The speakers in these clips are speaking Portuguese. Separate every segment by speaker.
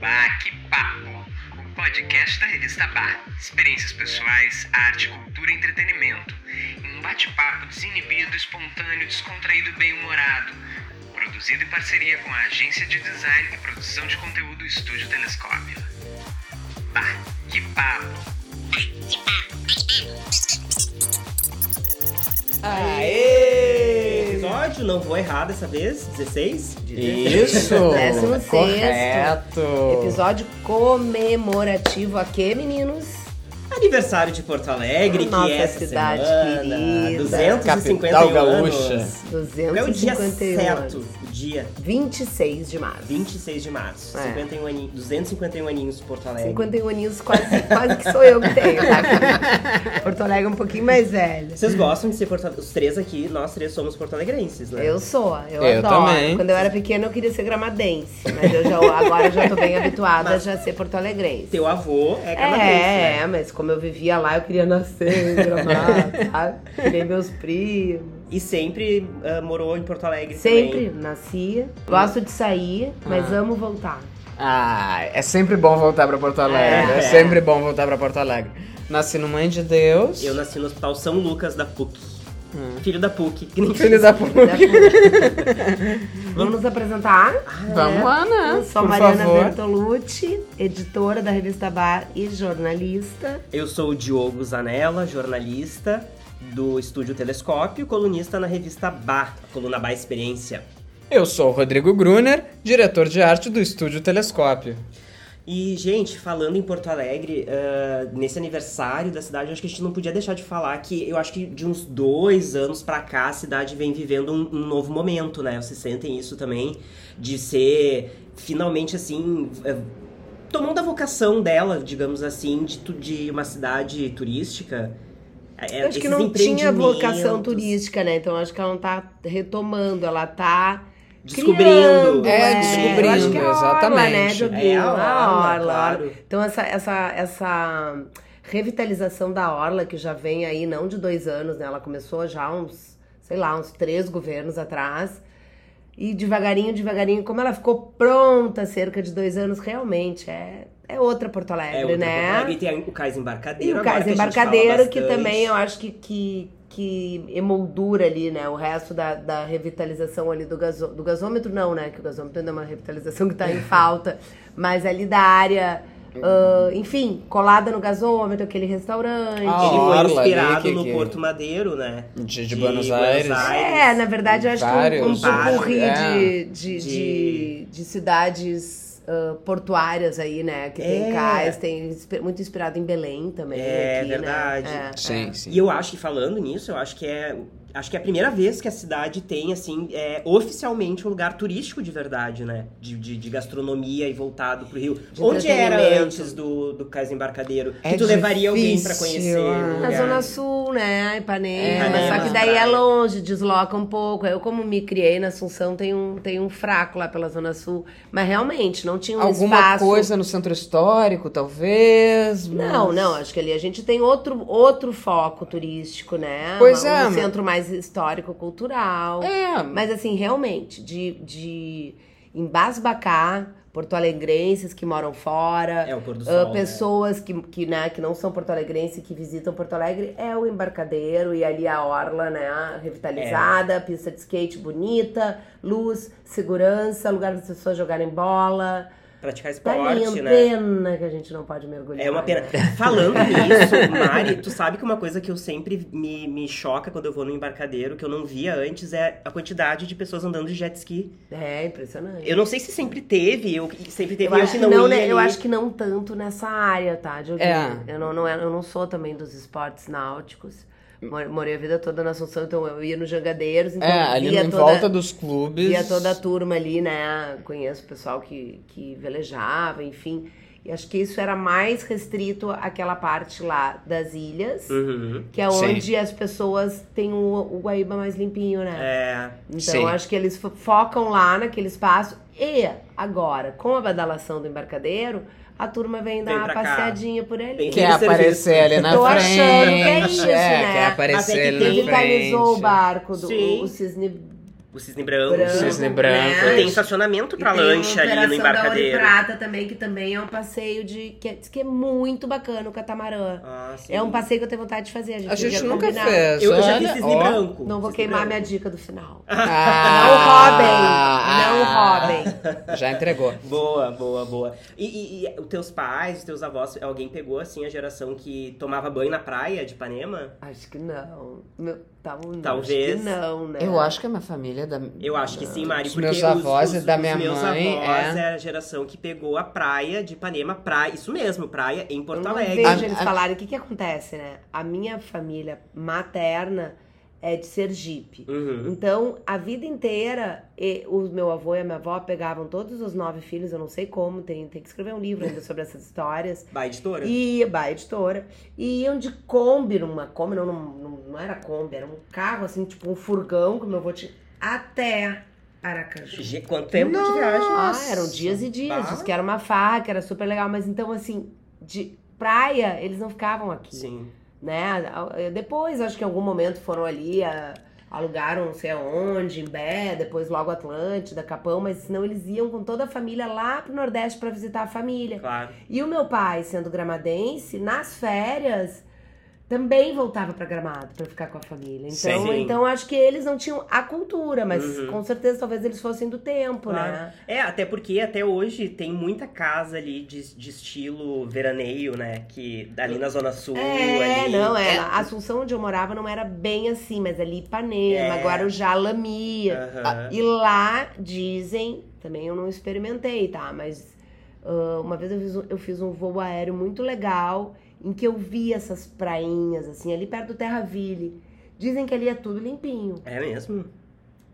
Speaker 1: Bah, que papo! O podcast da revista Bah. Experiências pessoais, arte, cultura e entretenimento. Em um bate-papo desinibido, espontâneo, descontraído e bem-humorado. Produzido em parceria com a agência de design e produção de conteúdo Estúdio Telescópio. Bah, que papo!
Speaker 2: Aê! Episódio, não vou errar dessa vez, 16?
Speaker 3: Isso!
Speaker 4: Décimo sexto.
Speaker 3: Correto!
Speaker 4: Episódio comemorativo aqui, meninos.
Speaker 2: Aniversário de Porto Alegre, que
Speaker 4: Nossa
Speaker 2: é essa
Speaker 4: cidade
Speaker 2: semana,
Speaker 4: querida.
Speaker 2: 251
Speaker 3: Capital gaúcha.
Speaker 2: anos. Qual é o dia
Speaker 4: 251
Speaker 2: certo?
Speaker 4: anos.
Speaker 2: O dia
Speaker 4: 26 de março.
Speaker 2: 26 de março,
Speaker 4: É.
Speaker 2: 51 aninhos, 251 aninhos de Porto Alegre.
Speaker 4: 51 aninhos, quase, quase que sou eu que tenho, tá? querida? Porto Alegre é um pouquinho mais velho.
Speaker 2: Vocês gostam de ser Porto Os três aqui, nós três somos porto-alegrenses, né?
Speaker 4: Eu sou, eu,
Speaker 3: Eu
Speaker 4: adoro.
Speaker 3: também.
Speaker 4: Quando eu era pequena, eu queria ser gramadense. Mas eu já, agora eu já tô bem habituada a já ser porto-alegrense.
Speaker 2: Teu avô é canadense,
Speaker 4: É,
Speaker 2: né?
Speaker 4: é, mas como eu vivia lá, eu queria nascer em Gramado, sabe? Que nem meus primos.
Speaker 2: E sempre ah, morou em Porto Alegre
Speaker 4: Sempre
Speaker 2: também.
Speaker 4: nascia. Gosto de sair, mas amo voltar.
Speaker 3: Ah, é sempre bom voltar pra Porto Alegre.
Speaker 2: É.
Speaker 3: É, sempre bom voltar pra Porto Alegre. Nasci no Mãe de Deus.
Speaker 2: Eu nasci no Hospital São Lucas da PUC.
Speaker 4: Hum.
Speaker 2: Filho da PUC. que nem-
Speaker 3: Filho da puta.
Speaker 4: Vamos nos apresentar?
Speaker 3: Vamos lá, né?
Speaker 4: Eu sou
Speaker 3: Por
Speaker 4: Mariana
Speaker 3: favor.
Speaker 4: Bertolucci, editora da revista Bar e jornalista.
Speaker 2: Eu sou o Diogo Zanella, jornalista do Estúdio Telescópio, colunista na revista Bá, a coluna Bá Experiência.
Speaker 3: Eu sou o Rodrigo Gruner, diretor de arte do Estúdio Telescópio.
Speaker 2: E, gente, falando em Porto Alegre, ah, nesse aniversário da cidade, eu acho que a gente não podia deixar de falar que eu acho que de uns dois anos pra cá a cidade vem vivendo um, um novo momento, né? Vocês sentem isso também, de ser finalmente assim. eh, tomando a vocação dela, digamos assim, de, tu- de uma cidade turística. Eh,
Speaker 4: Eu acho que
Speaker 2: esses
Speaker 4: não tinha vocação
Speaker 2: empreendimentos.
Speaker 4: turística, né? Então acho que ela não tá retomando, ela tá.
Speaker 2: Descobrindo.
Speaker 4: Criando,
Speaker 3: É, descobrindo,
Speaker 4: Eu acho que é a orla,
Speaker 3: exatamente.
Speaker 4: né, Dioguinho?
Speaker 2: É a orla,
Speaker 4: a orla.
Speaker 2: claro.
Speaker 4: Então, essa, essa, essa revitalização da Orla, que já vem aí não de dois anos, né? Ela começou já uns, sei lá, uns três governos atrás. E devagarinho, devagarinho, como ela ficou pronta há cerca de dois anos, realmente é, é outra Porto Alegre,
Speaker 2: É, outra
Speaker 4: né?
Speaker 2: Porto Alegre. E tem o Cais Embarcadeiro.
Speaker 4: E o
Speaker 2: agora
Speaker 4: Cais
Speaker 2: que a gente fala
Speaker 4: Embarcadeiro, que
Speaker 2: bastante.
Speaker 4: também é eu acho que, que, que emoldura ali, né? O resto da, da revitalização ali do, gaso, do gasômetro, não, né? Que o gasômetro ainda é uma revitalização que tá em falta. Mas ali da área, ah, enfim, colada no gasômetro, aquele restaurante.
Speaker 3: Ah,
Speaker 2: Ele
Speaker 3: Orla
Speaker 2: foi
Speaker 3: ali,
Speaker 2: inspirado
Speaker 3: que- é.
Speaker 2: no
Speaker 3: que-
Speaker 2: Porto Madeiro, né?
Speaker 3: De- de Buenos Aires.
Speaker 4: É, na verdade, eu acho que um- um
Speaker 3: Vários,
Speaker 4: pupurri
Speaker 3: é.
Speaker 4: de, de,
Speaker 2: De-
Speaker 4: de, de cidades ah, portuárias aí, né? Que tem
Speaker 2: É.
Speaker 4: cais, tem inspi- muito inspirado em Belém também.
Speaker 2: É,
Speaker 4: aqui, né?
Speaker 2: verdade.
Speaker 4: É, é.
Speaker 3: Sim, sim.
Speaker 2: E eu acho que falando nisso, eu acho que é. Acho que é a primeira vez que a cidade tem, assim, é, oficialmente um lugar turístico de verdade, né? De, de, de gastronomia e voltado pro Rio.
Speaker 4: De
Speaker 2: Onde era
Speaker 4: entretenimento.
Speaker 2: antes do, do Cais Embarcadeiro?
Speaker 3: É
Speaker 2: que tu levaria alguém pra
Speaker 3: difícil,
Speaker 2: conhecer
Speaker 3: ah.
Speaker 2: o
Speaker 3: Na
Speaker 4: Na
Speaker 2: lugar?
Speaker 4: Zona Sul, né? Ipanema.
Speaker 2: Ipanema,
Speaker 4: Só que daí é
Speaker 2: praia.
Speaker 4: longe, desloca um pouco. Eu, como me criei na Assunção, tem um, tem um fraco lá pela Zona Sul. Mas realmente, não tinha um
Speaker 3: Alguma
Speaker 4: espaço.
Speaker 3: coisa no centro histórico, talvez.
Speaker 4: Não,
Speaker 3: mas-
Speaker 4: não, acho que ali a gente tem outro, outro foco turístico, né?
Speaker 3: Pois
Speaker 4: um,
Speaker 3: é,
Speaker 4: Um
Speaker 3: mas-
Speaker 4: centro mais histórico-cultural.
Speaker 3: É,
Speaker 4: Mas assim, realmente, de, de embasbacar porto-alegrenses que moram fora.
Speaker 2: É o pôr do
Speaker 4: Ah,
Speaker 2: sol. né?
Speaker 4: pessoas que, que, né, que não são porto-alegrense, que visitam Porto Alegre, é o embarcadero e ali a orla, né, revitalizada, pista de skate bonita, luz, segurança, lugar das pessoas jogarem bola.
Speaker 2: né? Praticar esporte,
Speaker 4: Tá lindo,
Speaker 2: né?
Speaker 4: pena que a gente não pode mergulhar.
Speaker 2: É uma pena.
Speaker 4: né?
Speaker 2: Falando nisso, Mari, tu sabe que uma coisa que eu sempre me, me choca quando eu vou no embarcadeiro, que eu não via antes, é a quantidade de pessoas andando de jet ski.
Speaker 4: É impressionante.
Speaker 2: Eu não sei se sempre teve, eu sempre teve,
Speaker 4: Eu acho, que
Speaker 2: não,
Speaker 4: não,
Speaker 2: ia
Speaker 4: né?
Speaker 2: ali.
Speaker 4: Eu acho que não tanto nessa área, tá, Dioguinho?
Speaker 3: É.
Speaker 4: Eu, não, não, é- eu não sou também dos esportes náuticos. Mo- Morei a vida toda na Assunção, então eu ia nos Jangadeiros. Então
Speaker 3: É, ali
Speaker 4: via
Speaker 3: em
Speaker 4: toda-
Speaker 3: volta dos clubes.
Speaker 4: Via toda a turma ali, né? Conheço o pessoal que, que velejava, enfim. E acho que isso era mais restrito àquela parte lá das ilhas,
Speaker 2: Uhum.
Speaker 4: que é
Speaker 3: Sim.
Speaker 4: onde as pessoas têm o, o Guaíba mais limpinho, né?
Speaker 2: É,
Speaker 4: Então
Speaker 3: Sim.
Speaker 4: acho que eles fo- focam lá naquele espaço. E agora, com a badalação do embarcadeiro, a turma vem dar
Speaker 2: Vem
Speaker 4: uma
Speaker 2: pra cá.
Speaker 4: passeadinha por ali.
Speaker 2: Tem
Speaker 3: Quer
Speaker 2: Serviço.
Speaker 3: aparecer ali é na
Speaker 4: Tô
Speaker 3: frente.
Speaker 4: achando que é isso,
Speaker 3: é,
Speaker 4: né?
Speaker 3: quer
Speaker 2: Mas é que
Speaker 3: aparecer ali na frente.
Speaker 4: Revitalizou o barco do
Speaker 2: Sim.
Speaker 4: o, o cisne
Speaker 2: O cisne branco.
Speaker 4: Branco,
Speaker 3: Cisne branco.
Speaker 4: né?
Speaker 2: Tem estacionamento pra
Speaker 4: E tem
Speaker 2: lancha
Speaker 4: a
Speaker 2: ali no
Speaker 4: Operação da Ouro e
Speaker 2: embarcadero.
Speaker 4: Prata também, que também é um passeio de. Que é, diz que é muito bacana o catamarã.
Speaker 2: Ah, sim.
Speaker 4: É um passeio que eu tenho vontade de fazer. A gente,
Speaker 3: A gente
Speaker 4: podia
Speaker 3: nunca
Speaker 4: combinar.
Speaker 3: fez.
Speaker 2: Eu, eu já
Speaker 3: olha,
Speaker 2: fiz cisne
Speaker 3: ó.
Speaker 2: branco.
Speaker 4: Não vou
Speaker 2: cisne
Speaker 4: queimar
Speaker 2: branco.
Speaker 4: minha dica do final.
Speaker 2: Ah.
Speaker 3: Ah,
Speaker 4: Não roubem. Não
Speaker 3: roubem. Já entregou.
Speaker 2: Boa, boa, boa. E, e- e os teus pais, os teus avós, alguém pegou assim a geração que tomava banho na praia de Ipanema?
Speaker 4: Acho que não. Meu, tá, não,
Speaker 2: Talvez.
Speaker 4: Acho que não, né?
Speaker 3: Eu acho que a minha família é da.
Speaker 2: Eu acho que sim, Mari,
Speaker 3: Os
Speaker 2: porque
Speaker 3: meus avós
Speaker 2: os,
Speaker 3: e
Speaker 2: os,
Speaker 3: da
Speaker 2: os
Speaker 3: minha
Speaker 2: meus
Speaker 3: mãe,
Speaker 2: avós
Speaker 3: é.
Speaker 2: era a geração que pegou a praia de Ipanema, praia, isso mesmo, praia em
Speaker 4: Eu
Speaker 2: Porto
Speaker 4: não
Speaker 2: Alegre.
Speaker 4: vejo
Speaker 3: A-
Speaker 4: eles
Speaker 3: a-
Speaker 4: falarem. O que que acontece, né? A minha família materna é de Sergipe.
Speaker 2: Uhum.
Speaker 4: Então, a vida inteira, e o meu avô e a minha avó pegavam todos os nove filhos, eu não sei como, tem, tem que escrever um livro ainda sobre essas histórias.
Speaker 2: Vai, editora?
Speaker 4: E a editora. E iam de Kombi, numa Kombi, não, não, não, não era Kombi, era um carro assim, tipo um furgão que meu avô tinha. Até Aracaju.
Speaker 2: Ge- Quanto tempo de viagem?
Speaker 4: Ah, eram dias e dias.
Speaker 2: Bah.
Speaker 4: Diz que era uma farra, que era super legal. Mas então, assim, de praia, eles não ficavam aqui.
Speaker 2: Sim.
Speaker 4: Né? A- Depois, acho que em algum momento foram ali, a- alugaram não sei aonde, em Bé, depois logo Atlântida, Capão. Mas senão eles iam com toda a família lá pro Nordeste pra visitar a família.
Speaker 2: Claro.
Speaker 4: E o meu pai, sendo gramadense, nas férias também voltava pra Gramado pra ficar com a família. Então,
Speaker 2: Sim.
Speaker 4: então acho que eles não tinham a cultura, mas
Speaker 2: Uhum.
Speaker 4: com certeza talvez eles fossem do tempo, né?
Speaker 2: Claro. É, até porque até hoje tem muita casa ali de, de estilo veraneio, né? Que ali na Zona Sul.
Speaker 4: É,
Speaker 2: ali.
Speaker 4: não, é. A Assunção onde eu morava não era bem assim, mas ali Ipanema,
Speaker 2: É.
Speaker 4: Guarujá, Lamia.
Speaker 2: Aham.
Speaker 3: Ah,
Speaker 4: E lá dizem, também eu não experimentei, tá? Mas ah, uma vez eu fiz, um- eu fiz um voo aéreo muito legal em que eu vi essas prainhas, assim, ali perto do Terraville. Dizem que ali é tudo limpinho.
Speaker 2: É mesmo?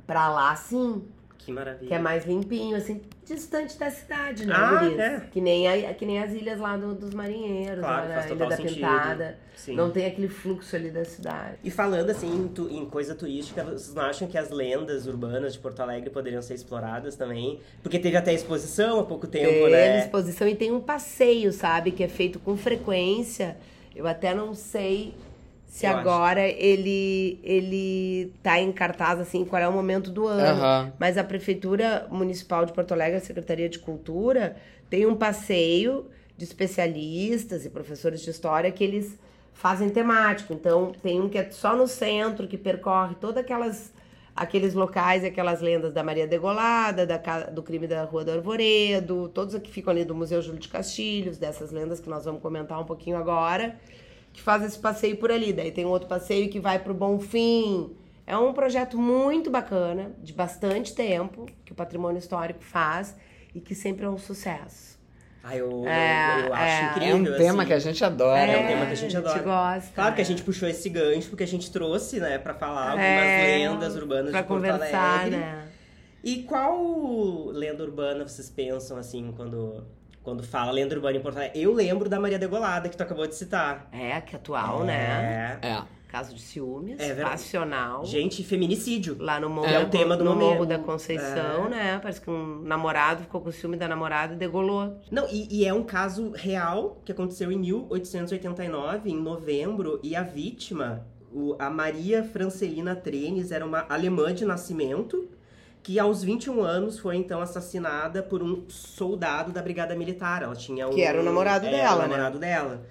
Speaker 4: Pra lá, sim,
Speaker 2: Que maravilha.
Speaker 4: que é mais limpinho, assim, distante da cidade, né,
Speaker 2: Ah,
Speaker 4: guris?
Speaker 2: é.
Speaker 4: Que, nem a- que nem as ilhas lá do- dos marinheiros,
Speaker 2: Claro, faz
Speaker 4: lá na Ilha
Speaker 2: total
Speaker 4: da
Speaker 2: sentido.
Speaker 4: Pintada.
Speaker 2: Sim.
Speaker 4: Não tem aquele fluxo ali da cidade.
Speaker 2: E falando assim em, tu- em coisa turística, vocês não acham que as lendas urbanas de Porto Alegre poderiam ser exploradas também? Porque teve até exposição há pouco tempo,
Speaker 4: tem
Speaker 2: né?
Speaker 4: exposição e tem um passeio, sabe? Que é feito com frequência. Eu até não sei se
Speaker 2: Eu acho.
Speaker 4: agora ele ele tá em cartaz, assim, qual é o momento do ano.
Speaker 3: Aham.
Speaker 4: Mas a Prefeitura Municipal de Porto Alegre, a Secretaria de Cultura, tem um passeio de especialistas e professores de história que eles fazem temático. Então, tem um que é só no centro, que percorre todas aquelas aqueles locais, e aquelas lendas da Maria Degolada, da, ca- do crime da Rua do Arvoredo, todos que ficam ali do Museu Júlio de Castilhos, dessas lendas que nós vamos comentar um pouquinho agora, que faz esse passeio por ali. Daí tem um outro passeio que vai pro Bonfim, é um projeto muito bacana, de bastante tempo, que o patrimônio histórico faz e que sempre é um sucesso.
Speaker 2: Ah, eu,
Speaker 4: É,
Speaker 2: eu, eu acho
Speaker 4: é.
Speaker 3: É
Speaker 2: incrível.
Speaker 3: um tema
Speaker 2: assim.
Speaker 3: que a gente adora.
Speaker 2: É um tema que a gente adora.
Speaker 4: gosta.
Speaker 2: Claro que a
Speaker 4: né?
Speaker 2: gente puxou esse gancho porque a gente trouxe, né, pra falar algumas
Speaker 4: É,
Speaker 2: lendas urbanas
Speaker 4: pra
Speaker 2: de Porto
Speaker 4: conversar,
Speaker 2: Alegre.
Speaker 4: né?
Speaker 2: E qual lenda urbana vocês pensam assim quando quando fala lenda urbana em Porto Alegre? Eu lembro da Maria Degolada que tu acabou de citar.
Speaker 4: É, que é atual, né?
Speaker 2: É.
Speaker 3: É.
Speaker 4: Caso de ciúmes,
Speaker 2: É verdade.
Speaker 4: passional.
Speaker 2: Gente, feminicídio.
Speaker 4: Lá no Morro,
Speaker 2: É
Speaker 4: da
Speaker 2: o tema do
Speaker 4: no
Speaker 2: momento.
Speaker 4: Morro da Conceição, né? Parece que um namorado ficou com ciúme da namorada e degolou.
Speaker 2: Não, e, e é um caso real que aconteceu em 1889, em novembro, e a vítima, o- a Maria Francelina Trenes, era uma alemã de nascimento, que aos 21 anos foi então assassinada por um soldado da Brigada Militar. Ela tinha um,
Speaker 4: Que era o namorado
Speaker 2: era
Speaker 4: dela,
Speaker 2: o
Speaker 4: né?
Speaker 2: namorado dela.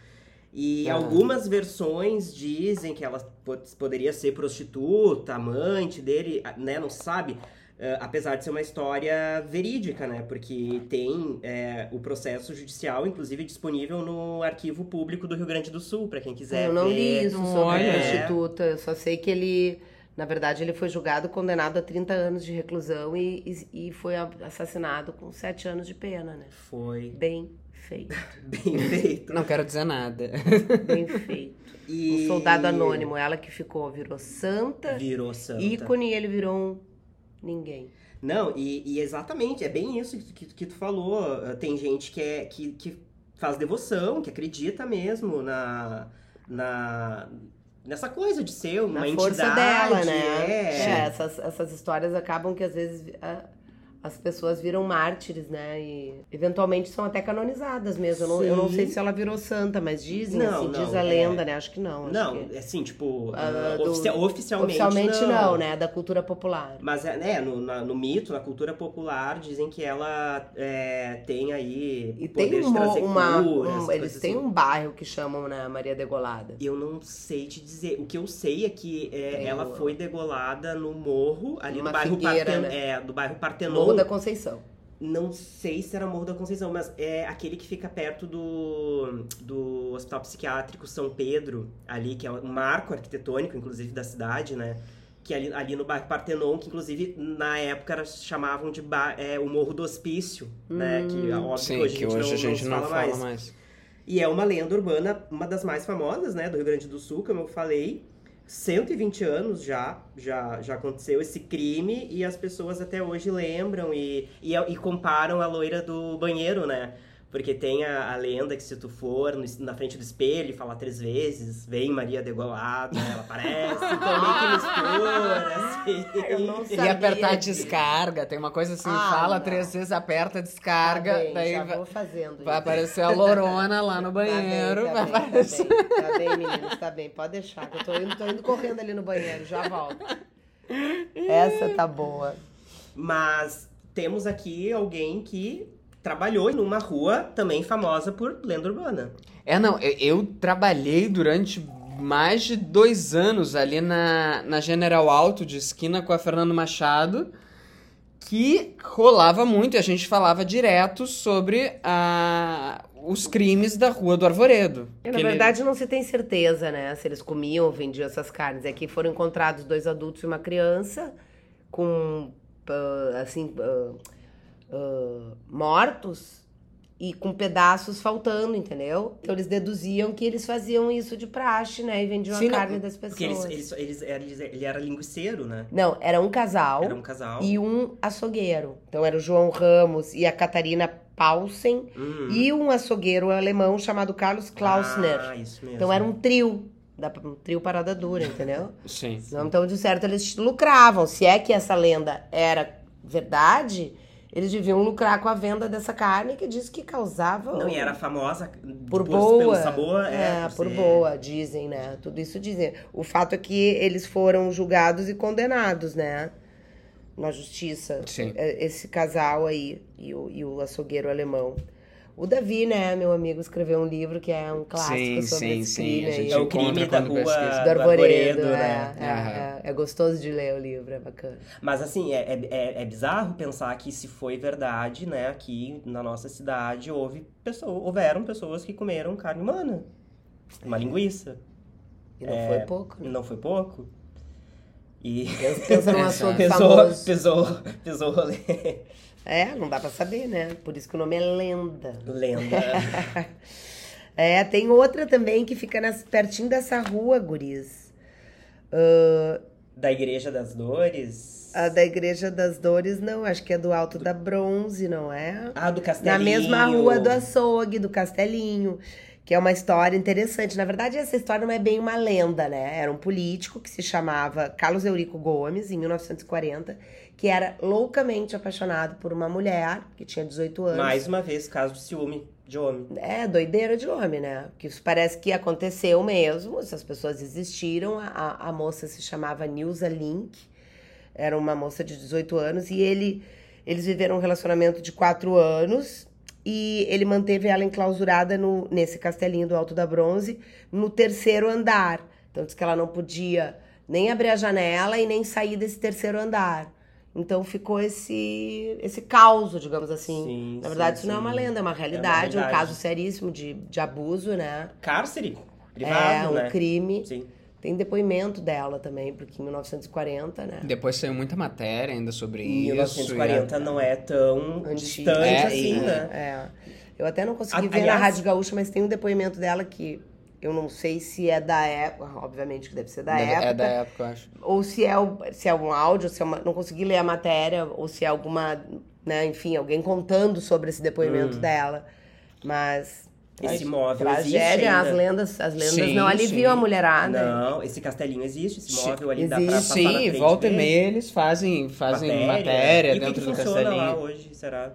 Speaker 2: E
Speaker 3: Ah.
Speaker 2: algumas versões dizem que ela po- poderia ser prostituta, amante dele, né? Não se sabe. Eh, apesar de ser uma história verídica, né? Porque tem eh, o processo judicial, inclusive, disponível no Arquivo Público do Rio Grande do Sul, pra quem quiser
Speaker 4: eu não
Speaker 2: ver.
Speaker 4: li isso sobre
Speaker 3: olha.
Speaker 4: a prostituta. Eu só sei que ele, na verdade, ele foi julgado, condenado a 30 anos de reclusão e, e, e foi a- assassinado com 7 anos de pena, né?
Speaker 2: Foi
Speaker 4: Bem feito,
Speaker 2: bem feito.
Speaker 3: Não quero dizer nada.
Speaker 4: bem feito.
Speaker 2: E...
Speaker 4: Um soldado anônimo, ela que ficou, virou santa,
Speaker 2: Virou santa.
Speaker 4: ícone e ele virou um ninguém.
Speaker 2: Não, e, e exatamente, é bem isso que, que, que tu falou. Eh, Tem gente que, é, que, que faz devoção, que acredita mesmo na... na nessa coisa de ser uma
Speaker 4: na
Speaker 2: entidade.
Speaker 4: força dela, né?
Speaker 2: é.
Speaker 4: É, essas, essas histórias acabam que às vezes a, as pessoas viram mártires, né? E eventualmente são até canonizadas mesmo. Eu não, eu não
Speaker 2: Sim.
Speaker 4: sei se ela virou santa, mas dizem,
Speaker 2: Não,
Speaker 4: assim, diz
Speaker 2: não, é.
Speaker 4: a lenda, né? Acho que não. acho
Speaker 2: Não,
Speaker 4: que-
Speaker 2: assim, tipo,
Speaker 4: Ah,
Speaker 2: uh,
Speaker 4: do-
Speaker 2: ofici- oficialmente,
Speaker 4: Oficialmente não. né? Da cultura popular.
Speaker 2: Mas é, né, no, na- no mito, na cultura popular, dizem que ela é, tem aí
Speaker 4: E
Speaker 2: poder
Speaker 4: tem
Speaker 2: de
Speaker 4: uma-
Speaker 2: trazer
Speaker 4: uma.
Speaker 2: cura,
Speaker 4: um-
Speaker 2: essas
Speaker 4: eles
Speaker 2: coisas
Speaker 4: têm
Speaker 2: assim.
Speaker 4: um bairro que chamam, né? Maria Degolada.
Speaker 2: Eu não sei te dizer. O que eu sei é que é,
Speaker 4: Tem
Speaker 2: ela
Speaker 4: o-
Speaker 2: foi degolada no morro, ali
Speaker 4: Uma
Speaker 2: do bairro
Speaker 4: figueira,
Speaker 2: Parten-
Speaker 4: né?
Speaker 2: é, do bairro Partenon.
Speaker 4: Morro da Conceição.
Speaker 2: Não sei se era Morro da Conceição, mas é aquele que fica perto do, do Hospital Psiquiátrico São Pedro, ali, que é um marco arquitetônico, inclusive, da cidade, né? Que ali, ali no bairro Partenon, que inclusive na época era- chamavam de ba- é, o Morro do Hospício, né? Que óbvio
Speaker 3: Sim,
Speaker 2: que hoje,
Speaker 3: que
Speaker 2: a
Speaker 3: hoje
Speaker 2: gente não,
Speaker 3: a gente
Speaker 2: se
Speaker 3: não,
Speaker 2: fala
Speaker 3: fala
Speaker 2: mais.
Speaker 3: mais.
Speaker 2: E é uma lenda urbana, uma das mais famosas, né, do Rio Grande do Sul, como eu falei. 120 anos já, já, já aconteceu esse crime e as pessoas até hoje lembram e, e, é, e comparam a loira do banheiro, né? Porque tem a, a lenda que se tu for no es- na frente do espelho e falar três vezes, vem Maria degolada, ela aparece, então meio que mistura, assim.
Speaker 4: Eu não
Speaker 3: E
Speaker 4: Sabia.
Speaker 3: apertar a descarga, tem uma coisa assim,
Speaker 4: Ah,
Speaker 3: fala
Speaker 4: não.
Speaker 3: três vezes, aperta a descarga,
Speaker 2: Ah,
Speaker 4: Tá bem,
Speaker 3: daí
Speaker 4: já
Speaker 3: vai,
Speaker 4: vou fazendo.
Speaker 3: vai
Speaker 4: isso.
Speaker 3: aparecer a lorona lá no banheiro, vai
Speaker 4: Tá bem, tá, bem,
Speaker 3: aparecer...
Speaker 4: tá, bem, tá bem, meninos, tá bem. Pode deixar, que eu tô indo, tô indo correndo ali no banheiro, já volto. Essa tá boa.
Speaker 2: Mas temos aqui alguém que trabalhou numa rua também famosa por lenda urbana.
Speaker 3: É, não, eu, eu trabalhei durante mais de dois anos ali na, na General Alto, de esquina com a Fernando Machado, que rolava muito e a gente falava direto sobre a, os crimes da Rua do Arvoredo.
Speaker 4: É, Na
Speaker 3: Que ele-
Speaker 4: verdade, não se tem certeza, né? Se eles comiam ou vendiam essas carnes. É que foram encontrados dois adultos e uma criança com, ah, assim, ah, ah, mortos e com pedaços faltando, entendeu? Então eles deduziam que eles faziam isso de praxe, né? E vendiam
Speaker 3: Sim,
Speaker 4: a
Speaker 3: não,
Speaker 4: carne das pessoas.
Speaker 2: Porque eles, eles, eles, eles- ele era linguiceiro, né?
Speaker 4: Não, era um casal
Speaker 2: Era um casal.
Speaker 4: e um açougueiro. Então era o João Ramos e a Catarina Paulsen
Speaker 2: Hum.
Speaker 4: e um açougueiro alemão chamado Carlos Klausner.
Speaker 2: Ah, isso mesmo.
Speaker 4: Então era um trio, da- um trio parada dura, entendeu?
Speaker 3: Sim.
Speaker 4: Então, de certo, eles lucravam. Se é que essa lenda era verdade, eles deviam lucrar com a venda dessa carne que diz que causava.
Speaker 2: Não, e era famosa
Speaker 4: Oh. Por
Speaker 2: por-
Speaker 4: boa.
Speaker 2: pelo sabor. É,
Speaker 4: É, por
Speaker 2: ser-
Speaker 4: boa, dizem, né? Tudo isso dizem. O fato é que eles foram julgados e condenados, né? Na justiça.
Speaker 3: Sim.
Speaker 4: É, Esse casal aí e o, e o açougueiro alemão. O Davi, né, meu amigo, escreveu um livro que é um clássico
Speaker 3: Sim,
Speaker 4: sobre
Speaker 3: sim,
Speaker 4: esse
Speaker 3: sim,
Speaker 4: crime
Speaker 3: a
Speaker 4: aí.
Speaker 3: gente
Speaker 2: É o crime
Speaker 3: Encontra
Speaker 2: da
Speaker 3: quando
Speaker 2: rua
Speaker 3: pesquisa.
Speaker 4: do Arvoredo,
Speaker 2: Arvoredo,
Speaker 4: né? É,
Speaker 3: Aham.
Speaker 4: é, é gostoso de ler o livro, é bacana.
Speaker 2: Mas assim, é, é- é, é bizarro pensar que se foi verdade, né? Aqui na nossa cidade houve pessoa, houveram pessoas que comeram carne humana. Uma linguiça.
Speaker 4: E
Speaker 2: É,
Speaker 4: não foi pouco, né?
Speaker 2: Não foi pouco. E
Speaker 4: Pensa num
Speaker 3: Exato.
Speaker 4: açougue
Speaker 2: pesou,
Speaker 4: É, famoso.
Speaker 2: pesou, pesou o rolê.
Speaker 4: É, não dá pra saber, né? Por isso que o nome é Lenda.
Speaker 2: Lenda.
Speaker 4: É, tem outra também que fica nas, pertinho dessa rua, guris. Ah,
Speaker 2: da Igreja das Dores.
Speaker 4: a da Igreja das Dores, não, acho que é do Alto da Bronze, não é?
Speaker 2: Ah, do Castelinho.
Speaker 4: Na mesma rua do açougue, do Castelinho, que é uma história interessante. Na verdade, essa história não é bem uma lenda, né? Era um político que se chamava Carlos Eurico Gomes, em 1940, que era loucamente apaixonado por uma mulher que tinha 18 anos.
Speaker 2: Mais uma vez, caso de ciúme de homem.
Speaker 4: É, doideira de homem, né? Que isso parece que aconteceu mesmo, essas pessoas existiram. A, a- a moça se chamava Nilza Link, era uma moça de 18 anos, e ele, eles viveram um relacionamento de quatro anos. E ele manteve ela enclausurada no, nesse castelinho do Alto da Bronze, no terceiro andar. Então, diz que ela não podia nem abrir a janela e nem sair desse terceiro andar. Então, ficou esse, esse caos, digamos assim.
Speaker 2: Sim,
Speaker 4: Na verdade,
Speaker 2: sim,
Speaker 4: isso não é uma
Speaker 2: sim.
Speaker 4: lenda, é uma realidade,
Speaker 2: realidade.
Speaker 4: um caso seríssimo de, de abuso, né?
Speaker 2: Cárcere?
Speaker 4: é,
Speaker 2: Privado,
Speaker 4: um
Speaker 2: né?
Speaker 4: crime.
Speaker 2: Sim.
Speaker 4: Tem depoimento dela também, porque em 1940, né?
Speaker 3: Depois saiu muita matéria ainda sobre isso.
Speaker 2: 1940 não é tão
Speaker 4: Antigo.
Speaker 2: distante
Speaker 3: É,
Speaker 2: assim,
Speaker 3: e-
Speaker 2: né?
Speaker 4: É. Eu até não consegui
Speaker 2: A-
Speaker 4: ver
Speaker 2: aliás-
Speaker 4: na Rádio Gaúcha, mas tem um depoimento dela que eu não sei se é da época, obviamente que deve ser da
Speaker 3: Deve-
Speaker 4: época,
Speaker 3: É da época, eu acho.
Speaker 4: ou se é, o- se é um áudio, se é uma, não consegui ler a matéria, ou se é
Speaker 3: Hum.
Speaker 4: alguma, né, enfim, alguém contando sobre esse depoimento dela. Mas
Speaker 2: Esse imóvel existe
Speaker 4: Tragédia, as
Speaker 2: ainda.
Speaker 4: lendas, as lendas
Speaker 3: Sim,
Speaker 4: não aliviam
Speaker 3: sim.
Speaker 4: a mulherada.
Speaker 2: Não, esse castelinho existe, esse
Speaker 3: Sim,
Speaker 2: móvel ali dá pra
Speaker 4: Ah, né? existe.
Speaker 2: passar na
Speaker 3: Sim,
Speaker 2: frente
Speaker 3: volta e
Speaker 2: dele.
Speaker 3: meia eles fazem, fazem matéria,
Speaker 2: E o que
Speaker 3: dentro
Speaker 2: que
Speaker 3: do
Speaker 2: funciona
Speaker 3: castelinho.
Speaker 2: lá hoje, será?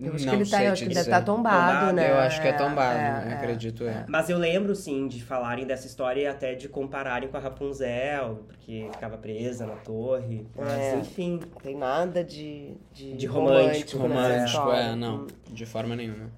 Speaker 4: Eu acho
Speaker 3: Não
Speaker 4: que ele tá,
Speaker 3: sei
Speaker 4: eu acho
Speaker 3: te
Speaker 4: que deve
Speaker 3: dizer.
Speaker 4: estar tombado,
Speaker 2: Tombado,
Speaker 4: né?
Speaker 3: Eu acho que é tombado,
Speaker 4: É,
Speaker 3: eu
Speaker 4: é.
Speaker 3: acredito, é.
Speaker 2: Mas eu lembro, sim, de falarem dessa história e até de compararem com a Rapunzel, porque ficava presa na torre. Mas,
Speaker 4: É.
Speaker 2: enfim,
Speaker 4: Não tem nada de, de,
Speaker 2: De romântico,
Speaker 4: nessa
Speaker 3: Romântico,
Speaker 4: história.
Speaker 3: é, não, de forma nenhuma.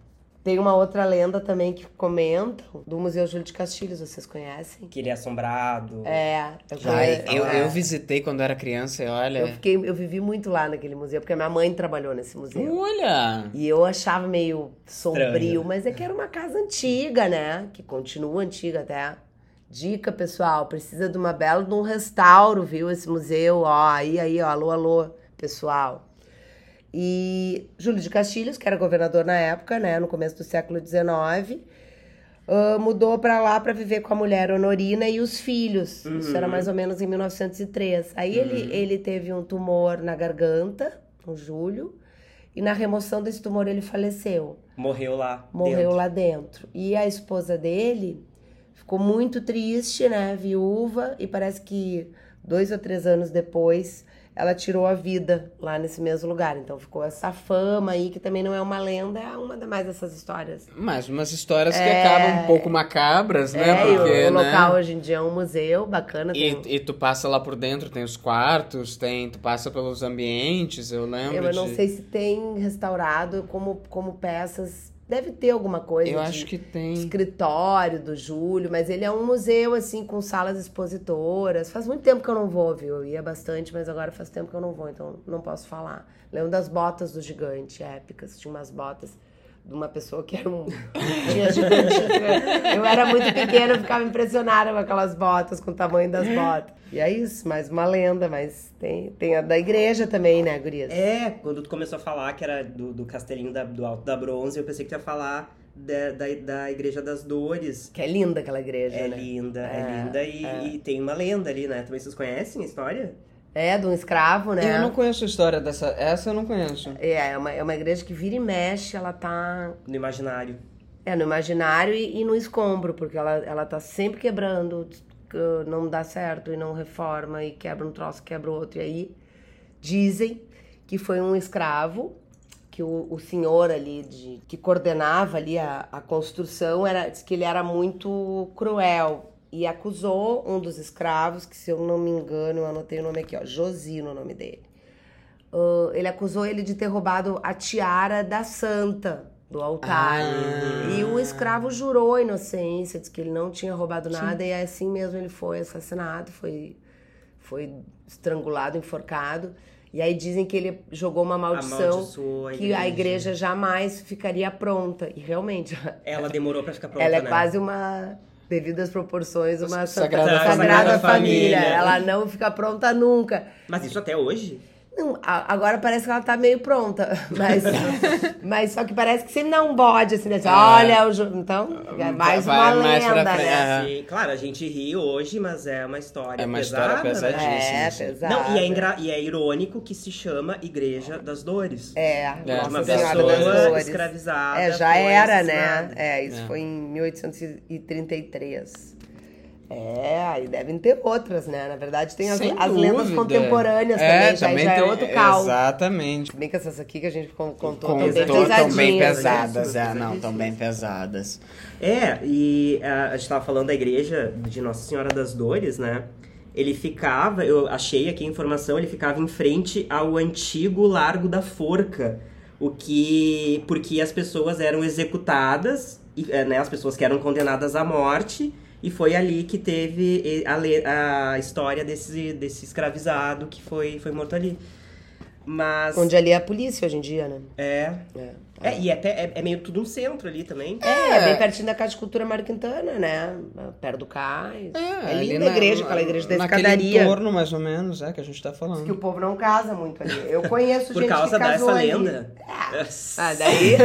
Speaker 4: Tem uma outra lenda também que comentam, do Museu Júlio de Castilhos, vocês conhecem?
Speaker 2: que ele é assombrado.
Speaker 4: É, eu
Speaker 3: Ai,
Speaker 4: conheço,
Speaker 3: eu,
Speaker 4: é.
Speaker 3: eu visitei quando era criança e
Speaker 4: Eu
Speaker 3: olha.
Speaker 4: fiquei, eu vivi muito lá naquele museu, porque a minha mãe trabalhou nesse
Speaker 3: Hum.
Speaker 4: museu.
Speaker 3: Olha!
Speaker 4: E eu achava meio sombrio,
Speaker 2: Estranho.
Speaker 4: mas é que era uma casa antiga, né? Que continua antiga até. Dica, pessoal, precisa de uma bela de um restauro, viu? Esse museu, ó, aí, aí, ó, alô, alô, pessoal. E Júlio de Castilhos, que era governador na época, né, no começo do século XIX, ah, mudou pra lá pra viver com a mulher Honorina e os filhos. Isso era mais ou menos em 1903. Aí ele, ele teve um tumor na garganta, no Júlio, e na remoção desse tumor ele faleceu
Speaker 2: Morreu lá.
Speaker 4: morreu
Speaker 2: dentro.
Speaker 4: lá dentro. E a esposa dele ficou muito triste, né? Viúva, e parece que dois ou três anos depois ela tirou a vida lá nesse mesmo lugar. Então ficou essa fama aí, que também não é uma lenda, é uma da mais dessas histórias.
Speaker 3: Mas umas histórias que acabam um pouco macabras, né?
Speaker 4: É, e
Speaker 3: Porque,
Speaker 4: o,
Speaker 3: né?
Speaker 4: o local hoje em dia é um museu bacana. tem- um
Speaker 3: E, e tu passa lá por dentro, tem os quartos, tem, tu passa pelos ambientes, eu lembro.
Speaker 4: eu não
Speaker 3: de-
Speaker 4: sei se tem restaurado como, como peças. Deve ter alguma coisa.
Speaker 3: Eu
Speaker 4: de-
Speaker 3: acho que tem.
Speaker 4: escritório do Júlio, mas ele é um museu, assim, com salas expositoras. Faz muito tempo que eu não vou, viu? Eu ia bastante, mas agora faz tempo que eu não vou, então não posso falar. Lembro das botas do gigante, épicas. Tinha umas botas de uma pessoa que era um. Tinha gigante. Eu era muito pequena, eu ficava impressionada com aquelas botas, com o tamanho das botas. E é isso, mais uma lenda, mas tem, tem a da igreja também, né, Gurias?
Speaker 2: É, quando tu começou a falar que era do, do castelinho da- do Alto da Bronze, eu pensei que tu ia falar da, da, da Igreja das Dores.
Speaker 4: Que é linda aquela igreja,
Speaker 2: É
Speaker 4: né?
Speaker 2: linda, é,
Speaker 4: É,
Speaker 2: linda. E, e tem uma lenda ali, né? Também vocês conhecem a história?
Speaker 4: É, de um escravo, né?
Speaker 3: Eu não conheço a história dessa. Essa eu não conheço.
Speaker 4: É, é uma, é uma igreja que vira e mexe, ela tá
Speaker 2: No imaginário.
Speaker 4: é, no imaginário e, e no escombro, porque ela, ela tá sempre quebrando, que não dá certo e não reforma, e quebra um troço, quebra outro. E aí dizem que foi um escravo, que o, o senhor ali de, que coordenava ali a, a construção, era, diz que ele era muito cruel. E acusou um dos escravos, que se eu não me engano, eu anotei o nome aqui, ó, Josino o nome dele. Ah, ele acusou ele de ter roubado a tiara da santa do altar.
Speaker 3: Ah.
Speaker 4: E o escravo jurou a inocência, disse que ele não tinha roubado nada, e assim mesmo ele foi assassinado, foi, foi estrangulado, enforcado. E aí dizem que ele jogou uma maldição
Speaker 2: Amaldiçoou a
Speaker 4: que a
Speaker 2: igreja.
Speaker 4: igreja jamais ficaria pronta. E realmente,
Speaker 2: Ela demorou pra ficar pronta,
Speaker 4: ela é
Speaker 2: né?
Speaker 4: quase uma, devido às proporções, uma
Speaker 3: Sagrada
Speaker 4: santa-
Speaker 2: Família.
Speaker 4: sagrada família.
Speaker 2: Família.
Speaker 4: Ela não fica pronta nunca.
Speaker 2: Mas isso até hoje?
Speaker 4: Não, a- agora parece que ela tá meio pronta, mas, mas só que parece que sempre dá um bode, assim, né? Assim, Olha, o Ju- então, é mais
Speaker 3: Vai
Speaker 4: uma
Speaker 3: mais pra
Speaker 4: lenda,
Speaker 3: frente,
Speaker 4: né?
Speaker 3: É.
Speaker 2: Sim, assim, claro, a gente ri hoje, mas é uma história
Speaker 3: É uma
Speaker 2: pesada,
Speaker 3: história
Speaker 2: né?
Speaker 3: pesadíssima.
Speaker 4: É,
Speaker 3: Sim, sim, sim.
Speaker 4: pesado.
Speaker 2: Não, e é, engra- e é irônico que se chama Igreja das Dores.
Speaker 4: É,
Speaker 3: É,
Speaker 4: Nossa
Speaker 2: uma
Speaker 4: Senhora
Speaker 2: pessoa
Speaker 4: das Dores.
Speaker 2: escravizada
Speaker 4: É, já
Speaker 2: foi
Speaker 4: era, né?
Speaker 2: assassinada.
Speaker 4: É, isso
Speaker 3: assim, É.
Speaker 4: foi em 1833. É, aí devem ter outras, né? Na verdade, tem as,
Speaker 3: Sem
Speaker 4: as lendas
Speaker 3: dúvida.
Speaker 4: contemporâneas
Speaker 3: é,
Speaker 4: também, já, já é
Speaker 3: tem-
Speaker 4: outro caos.
Speaker 3: Exatamente.
Speaker 4: Bem que essas aqui que a gente con- contou
Speaker 3: Contou,
Speaker 4: tão bem
Speaker 3: tão bem
Speaker 4: pesadinhas, né?
Speaker 3: pesadas. É, não, tão bem pesadas.
Speaker 2: É, e ah, a gente tava falando da igreja de Nossa Senhora das Dores, né? Ele ficava, eu achei aqui a informação, ele ficava em frente ao antigo Largo da Forca, o que porque as pessoas eram executadas, e, eh, né, as pessoas que eram condenadas à morte, e foi ali que teve eh, a, le- a história desse, desse escravizado que foi, foi morto ali. Mas
Speaker 4: Onde ali é a polícia hoje em dia, né?
Speaker 2: é,
Speaker 4: É.
Speaker 2: é, e até é, é meio tudo um centro ali também.
Speaker 4: É, bem pertinho da Casa de Cultura Marquintana, né? Perto do cais. É,
Speaker 3: ali
Speaker 4: linda
Speaker 3: na-
Speaker 4: a igreja, aquela igreja da
Speaker 3: naquele
Speaker 4: escadaria.
Speaker 3: entorno, mais ou menos, é, que a gente tá falando.
Speaker 4: Que o povo não casa muito ali. Eu conheço
Speaker 2: Por
Speaker 4: gente
Speaker 2: causa
Speaker 4: que casou
Speaker 2: dessa
Speaker 4: ali.
Speaker 2: lenda. É.
Speaker 4: Ah, daí,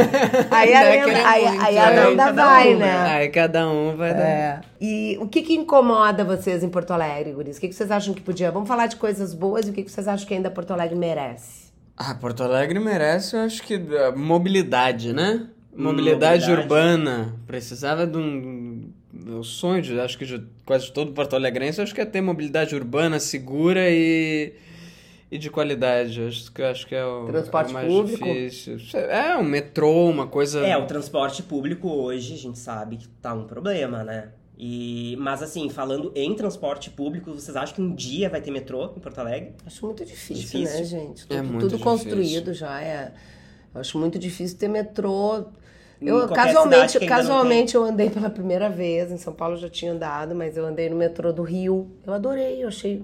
Speaker 4: aí a
Speaker 3: Daquele
Speaker 4: lenda, aí,
Speaker 3: muito,
Speaker 4: aí a
Speaker 3: né?
Speaker 4: lenda
Speaker 2: Cada
Speaker 4: vai,
Speaker 2: uma.
Speaker 4: né?
Speaker 3: Aí cada um vai
Speaker 4: É.
Speaker 3: dar.
Speaker 4: E o que que incomoda vocês em Porto Alegre, guris? O que que vocês acham que podia? Vamos falar de coisas boas e o que que vocês acham que ainda Porto Alegre merece?
Speaker 3: Ah, Porto Alegre merece, eu acho que, eh, mobilidade, né? Mobilidade,
Speaker 2: Mobilidade.
Speaker 3: urbana. Precisava de um. Meu sonho, de, acho que de quase todo Porto Alegrense, acho que é ter mobilidade urbana segura e, e de qualidade. Acho que, acho que é o,
Speaker 4: Transporte
Speaker 3: é o mais
Speaker 4: público?
Speaker 3: difícil. É, um metrô, uma coisa.
Speaker 2: É, o transporte público hoje, a gente sabe que tá um problema, né? E, mas assim, falando em transporte público, vocês acham que um dia vai ter metrô em Porto Alegre?
Speaker 4: Acho muito difícil,
Speaker 2: Difícil.
Speaker 4: né, gente?
Speaker 3: É
Speaker 4: Tudo,
Speaker 3: muito
Speaker 4: tudo
Speaker 3: difícil.
Speaker 4: construído já é. Eu acho muito difícil ter metrô.
Speaker 2: Em
Speaker 4: Eu
Speaker 2: qualquer
Speaker 4: casualmente,
Speaker 2: cidade que ainda não
Speaker 4: casualmente eu andei pela primeira vez, em São Paulo eu já tinha andado, mas eu andei no metrô do Rio. Eu adorei, eu achei.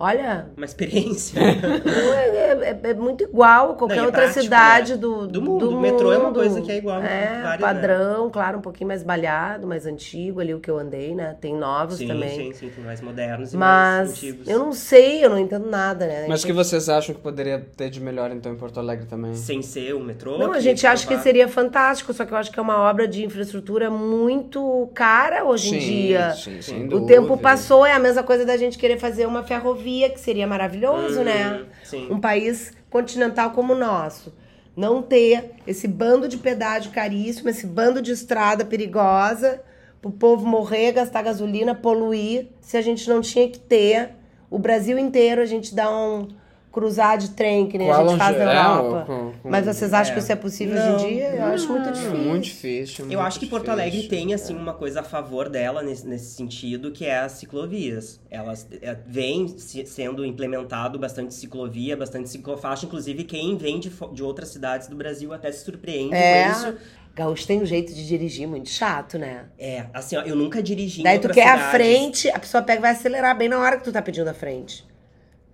Speaker 4: Olha,
Speaker 2: É Uma experiência.
Speaker 4: não é, é- é- é muito igual a qualquer
Speaker 2: Não, e é
Speaker 4: outra
Speaker 2: prático,
Speaker 4: cidade
Speaker 2: né?
Speaker 4: do,
Speaker 2: Do mundo. O metrô é uma coisa que é igual a
Speaker 4: É,
Speaker 2: várias, né?
Speaker 4: padrão, claro, um pouquinho mais balhado, mais antigo ali o que eu andei, né? Tem novos
Speaker 2: sim,
Speaker 4: também.
Speaker 2: sim, sim, tem mais modernos e mais
Speaker 4: Mas
Speaker 2: antigos.
Speaker 4: eu não sei, eu não entendo nada, né?
Speaker 3: Mas o que vocês acham que poderia ter de melhor então em Porto Alegre também?
Speaker 2: Sem ser o metrô.
Speaker 4: Não, a
Speaker 2: que
Speaker 4: gente acha que
Speaker 2: provar-
Speaker 4: seria fantástico, só que eu acho que é uma obra de infraestrutura muito cara hoje
Speaker 3: Sim,
Speaker 4: em dia.
Speaker 3: sim, sem
Speaker 4: O
Speaker 3: dúvida.
Speaker 4: tempo passou, é a mesma coisa da gente querer fazer uma ferrovia, que seria maravilhoso,
Speaker 2: Hum,
Speaker 4: né?
Speaker 2: Sim.
Speaker 4: Um país continental como o nosso. Não ter esse bando de pedágio caríssimo, esse bando de estrada perigosa, pro povo morrer, gastar gasolina, poluir, se a gente não tinha que ter. O Brasil inteiro a gente dá um cruzar de trem, que nem
Speaker 3: Com
Speaker 4: né, a
Speaker 3: a
Speaker 4: gente faz na
Speaker 3: longe- é,
Speaker 4: Europa.
Speaker 3: com- com- É
Speaker 4: Mas vocês acham
Speaker 2: é.
Speaker 4: que isso é possível hoje em dia? Eu acho muito difícil.
Speaker 3: Muito difícil.
Speaker 2: Eu
Speaker 3: muito
Speaker 2: acho que Porto
Speaker 3: difícil. é.
Speaker 2: Alegre tem, assim, uma coisa a favor dela nesse, nesse sentido, que é as ciclovias. Elas é, vem se- sendo implementado bastante ciclovia, bastante ciclofaixa. Inclusive, quem vem de, fo- de outras cidades do Brasil até se surpreende
Speaker 4: É.
Speaker 2: com isso.
Speaker 4: Gaúcho tem um jeito de dirigir muito chato, né?
Speaker 2: É, assim, ó, eu nunca dirigi em
Speaker 4: Daí tu
Speaker 2: outras
Speaker 4: quer a
Speaker 2: cidades.
Speaker 4: frente, a pessoa pega e vai acelerar bem na hora que tu tá pedindo a frente.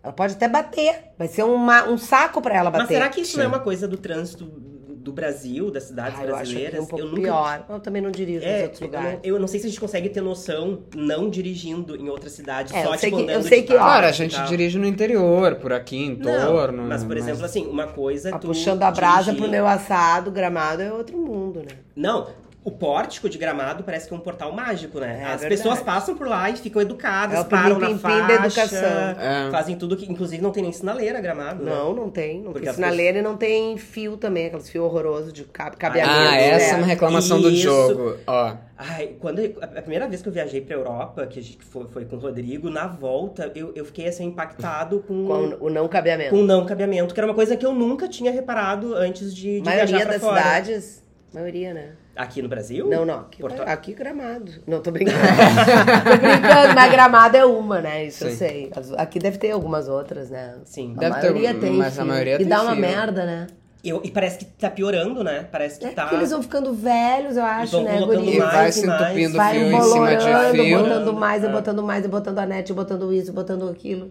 Speaker 4: Ela pode até bater. Vai ser uma- um saco pra ela bater.
Speaker 2: Mas será que isso não é uma coisa do trânsito do Brasil, das cidades
Speaker 4: Ah, eu acho que
Speaker 2: brasileiras?
Speaker 4: é um pouco
Speaker 2: nunca
Speaker 4: pior. Eu também não dirijo nos
Speaker 2: É,
Speaker 4: outros
Speaker 2: eu
Speaker 4: lugares.
Speaker 2: não, eu não sei se a gente consegue ter noção não dirigindo em outra cidade,
Speaker 4: É, eu
Speaker 2: só
Speaker 4: sei
Speaker 2: tipo
Speaker 4: que- eu
Speaker 2: andando
Speaker 4: sei
Speaker 2: de
Speaker 4: que-
Speaker 2: táxi
Speaker 3: Claro, a
Speaker 2: e
Speaker 3: gente
Speaker 2: tal.
Speaker 3: dirige no interior, por aqui, em torno.
Speaker 2: tá. Não, mas, por exemplo, assim, uma coisa é
Speaker 4: Tá
Speaker 2: tu
Speaker 4: puxando a brasa
Speaker 2: dirigir-
Speaker 4: pro meu assado, gramado é outro mundo, né?
Speaker 2: Não, o pórtico de Gramado parece que é um portal mágico, né?
Speaker 4: É
Speaker 2: As
Speaker 4: verdade.
Speaker 2: pessoas passam por lá e ficam educadas,
Speaker 4: É o
Speaker 2: param na
Speaker 4: pim-pim-pim
Speaker 2: faixa,
Speaker 4: da educação.
Speaker 3: É.
Speaker 2: fazem tudo que... Inclusive, não tem nem sinaleira Gramado, né?
Speaker 4: Não, não tem. Não
Speaker 2: Porque
Speaker 4: tem
Speaker 2: as
Speaker 4: sinaleira e não tem fio também, aqueles fios horrorosos de cabe, cabeamento.
Speaker 3: Ah,
Speaker 4: né?
Speaker 3: essa é uma reclamação do
Speaker 2: Isso.
Speaker 3: jogo. Ó.
Speaker 2: Ai, quando eu- a primeira vez que eu viajei pra Europa, que a gente foi, foi com o Rodrigo, na volta, eu, eu fiquei, assim, impactado com...
Speaker 4: Com o não cabeamento.
Speaker 2: com não cabeamento, que era uma coisa que eu nunca tinha reparado antes um de, de
Speaker 4: a maioria
Speaker 2: viajar pra
Speaker 4: das
Speaker 2: fora.
Speaker 4: cidades, maioria, né?
Speaker 2: Aqui no Brasil?
Speaker 4: Não, não. Aqui, é
Speaker 2: Porto-
Speaker 4: aqui gramado. Não, tô brincando. tô brincando, mas gramado é uma, né? Isso
Speaker 3: Sim.
Speaker 4: eu sei. As- Aqui deve ter algumas outras, né?
Speaker 2: Sim.
Speaker 4: A
Speaker 3: Deve ter
Speaker 4: maioria
Speaker 3: algum-
Speaker 4: tem.
Speaker 3: mas a
Speaker 4: fio.
Speaker 3: maioria
Speaker 4: e
Speaker 3: tem
Speaker 4: dá uma
Speaker 3: fio.
Speaker 4: merda, né?
Speaker 2: Eu- e parece que tá piorando, né? Parece que
Speaker 4: É
Speaker 2: tá.
Speaker 4: porque eles vão ficando velhos, eu acho,
Speaker 2: vão
Speaker 4: né,
Speaker 2: colocando
Speaker 4: guri?
Speaker 3: E
Speaker 2: mais
Speaker 3: vai se
Speaker 2: e mais.
Speaker 3: entupindo
Speaker 4: Vai
Speaker 3: fio em cima de
Speaker 4: embolorando,
Speaker 3: fio.
Speaker 4: botando mais, e
Speaker 2: É.
Speaker 4: botando mais, e botando a net, e botando isso, e botando aquilo.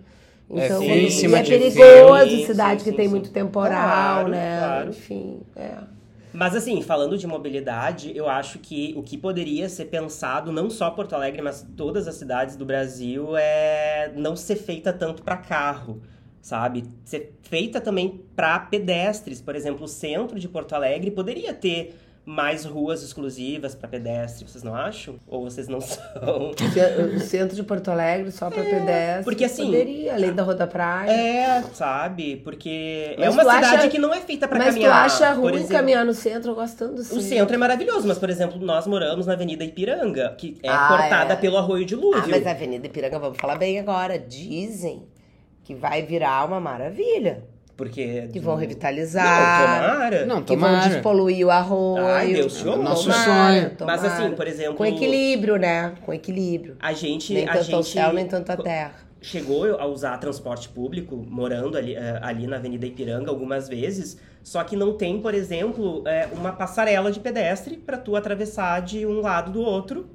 Speaker 3: É,
Speaker 4: Então,
Speaker 3: fio
Speaker 2: em
Speaker 4: e
Speaker 2: cima
Speaker 4: é
Speaker 2: de
Speaker 4: perigoso
Speaker 2: fio.
Speaker 4: cidade
Speaker 2: Sim,
Speaker 4: que
Speaker 2: sim,
Speaker 4: tem
Speaker 2: sim.
Speaker 4: muito temporal,
Speaker 2: Claro,
Speaker 4: né?
Speaker 2: claro.
Speaker 4: Enfim, é.
Speaker 2: Mas assim, falando de mobilidade, eu acho que o que poderia ser pensado, não só Porto Alegre, mas todas as cidades do Brasil, é não ser feita tanto para carro, sabe? Ser feita também para pedestres. Por exemplo, o centro de Porto Alegre poderia ter mais ruas exclusivas para pedestres, vocês não acham? Ou vocês não são?
Speaker 4: Ce- é O centro de Porto Alegre só pra pedestre.
Speaker 2: porque assim-
Speaker 4: Poderia, além da Roda Praia.
Speaker 2: É, sabe? Porque é
Speaker 4: Mas
Speaker 2: uma
Speaker 4: tu
Speaker 2: cidade
Speaker 4: acha-
Speaker 2: que não é feita para
Speaker 4: Mas
Speaker 2: caminhar.
Speaker 4: tu acha
Speaker 2: por
Speaker 4: ruim
Speaker 2: exemplo.
Speaker 4: caminhar no centro? Eu gostando do
Speaker 2: O
Speaker 4: centro.
Speaker 2: centro é maravilhoso, mas, por exemplo, nós moramos na Avenida Ipiranga, que é
Speaker 4: Ah,
Speaker 2: cortada
Speaker 4: é.
Speaker 2: pelo Arroio de Lúvio.
Speaker 4: Ah, mas a Avenida Ipiranga, vamos falar bem agora. Dizem que vai virar uma maravilha.
Speaker 2: Porque... um-
Speaker 4: Que vão
Speaker 2: Não,
Speaker 4: revitalizar.
Speaker 2: tomara.
Speaker 3: Não,
Speaker 4: que vão
Speaker 3: tomara.
Speaker 4: despoluir o arroio.
Speaker 2: Ai, Deus,
Speaker 4: Tomara,
Speaker 3: nosso sonho.
Speaker 4: tomara.
Speaker 2: Mas assim, por exemplo...
Speaker 4: Com equilíbrio, né? Com equilíbrio.
Speaker 2: A gente,
Speaker 4: Nem
Speaker 2: a
Speaker 4: tanto ao
Speaker 2: gente
Speaker 4: céu, nem tanto à terra.
Speaker 2: chegou a usar transporte público, morando ali, eh, ali na Avenida Ipiranga algumas vezes, só que não tem, por exemplo, eh, uma passarela de pedestre para tu atravessar de um lado do outro,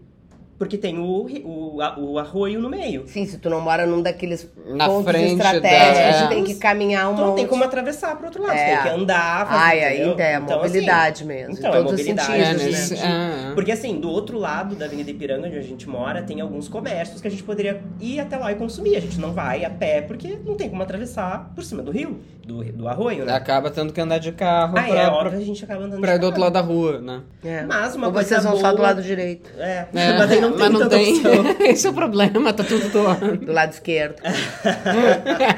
Speaker 2: porque tem o, ri- o, a- o arroio no meio.
Speaker 4: Sim, se tu não mora num daqueles
Speaker 3: Na
Speaker 4: pontos
Speaker 3: frente da-
Speaker 4: estratégicos,
Speaker 2: é.
Speaker 4: tu tem que caminhar um
Speaker 2: Então não tem
Speaker 4: monte.
Speaker 2: como atravessar pro outro lado,
Speaker 4: É.
Speaker 2: você tem que andar, fazer,
Speaker 4: Ai,
Speaker 2: entendeu?
Speaker 4: ainda é a
Speaker 2: Então, assim,
Speaker 4: mobilidade mesmo.
Speaker 2: então,
Speaker 4: em
Speaker 2: é
Speaker 4: todos os
Speaker 2: mobilidade,
Speaker 4: sentidos,
Speaker 3: É,
Speaker 4: né?
Speaker 3: nesse, é, é.
Speaker 2: Porque assim, do outro lado da Avenida Ipiranga, onde a gente mora, tem alguns comércios que a gente poderia ir até lá e consumir. A gente não vai a pé, porque não tem como atravessar por cima do rio, do, do arroio, né?
Speaker 3: é. Acaba tendo que andar de carro
Speaker 2: Ah,
Speaker 3: pra,
Speaker 2: é,
Speaker 3: pra-
Speaker 2: óbvio, a gente acaba andando
Speaker 3: pra
Speaker 2: de
Speaker 3: ir do outro
Speaker 2: carro.
Speaker 3: lado da rua, né?
Speaker 4: É.
Speaker 2: Mas uma
Speaker 4: Ou
Speaker 2: coisa
Speaker 4: vocês vão só do
Speaker 2: boa-
Speaker 4: lado direito.
Speaker 2: É, mas aí não não tem
Speaker 3: mas não
Speaker 2: tanta
Speaker 3: tem.
Speaker 2: opção.
Speaker 3: Esse é o problema, tá tudo doando.
Speaker 4: Do lado esquerdo.
Speaker 2: É.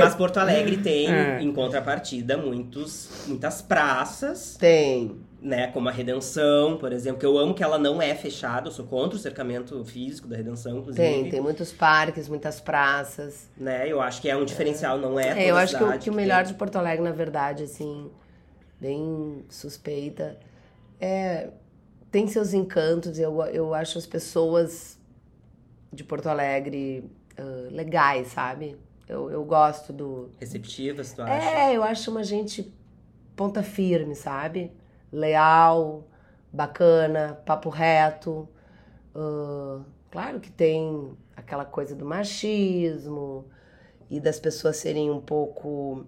Speaker 2: Mas Porto Alegre tem,
Speaker 3: É.
Speaker 2: em contrapartida, muitos, muitas praças,
Speaker 4: Tem.
Speaker 2: né? Como a Redenção, por exemplo, que eu amo que ela não é fechada, eu sou contra o cercamento físico da Redenção, inclusive.
Speaker 4: Tem, tem muitos parques, muitas praças.
Speaker 2: Né? Eu acho que é um diferencial, não é?
Speaker 4: É,
Speaker 2: toda
Speaker 4: eu acho que o,
Speaker 2: cidade
Speaker 4: que o
Speaker 2: tem.
Speaker 4: melhor de Porto Alegre, na verdade, assim, bem suspeita, é tem seus encantos. Eu, eu acho as pessoas de Porto Alegre ah, legais, sabe? Eu, eu gosto do.
Speaker 2: Receptivas, tu acha?
Speaker 4: É, eu acho uma gente ponta firme, sabe? Leal, bacana, papo reto. Ahn, claro que tem aquela coisa do machismo e das pessoas serem um pouco,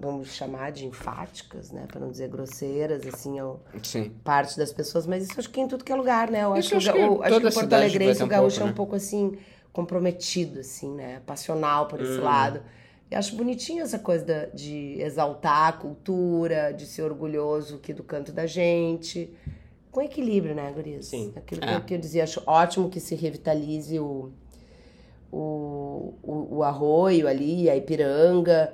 Speaker 4: vamos chamar de enfáticas, né? Pra não dizer grosseiras, assim, é o-
Speaker 3: Sim.
Speaker 4: parte das pessoas, mas isso acho que em tudo que é lugar, né? Eu
Speaker 3: Isso
Speaker 4: acho,
Speaker 3: acho
Speaker 4: que,
Speaker 3: que
Speaker 4: o,
Speaker 3: toda
Speaker 4: acho que o Porto
Speaker 3: cidade vai
Speaker 4: Alegrense,
Speaker 3: ter
Speaker 4: o
Speaker 3: um
Speaker 4: gaúcho
Speaker 3: pouco,
Speaker 4: é um
Speaker 3: né?
Speaker 4: pouco assim, comprometido, assim, né? Passional por esse
Speaker 3: Uhum.
Speaker 2: Hum.
Speaker 4: lado. E acho bonitinho essa coisa da- de exaltar a cultura, de ser orgulhoso aqui do canto da gente. Com equilíbrio, né, Gurias?
Speaker 2: Sim.
Speaker 4: Aquilo
Speaker 3: É.
Speaker 4: que eu dizia, acho ótimo que se revitalize o, o, o, o arroio ali, a Ipiranga,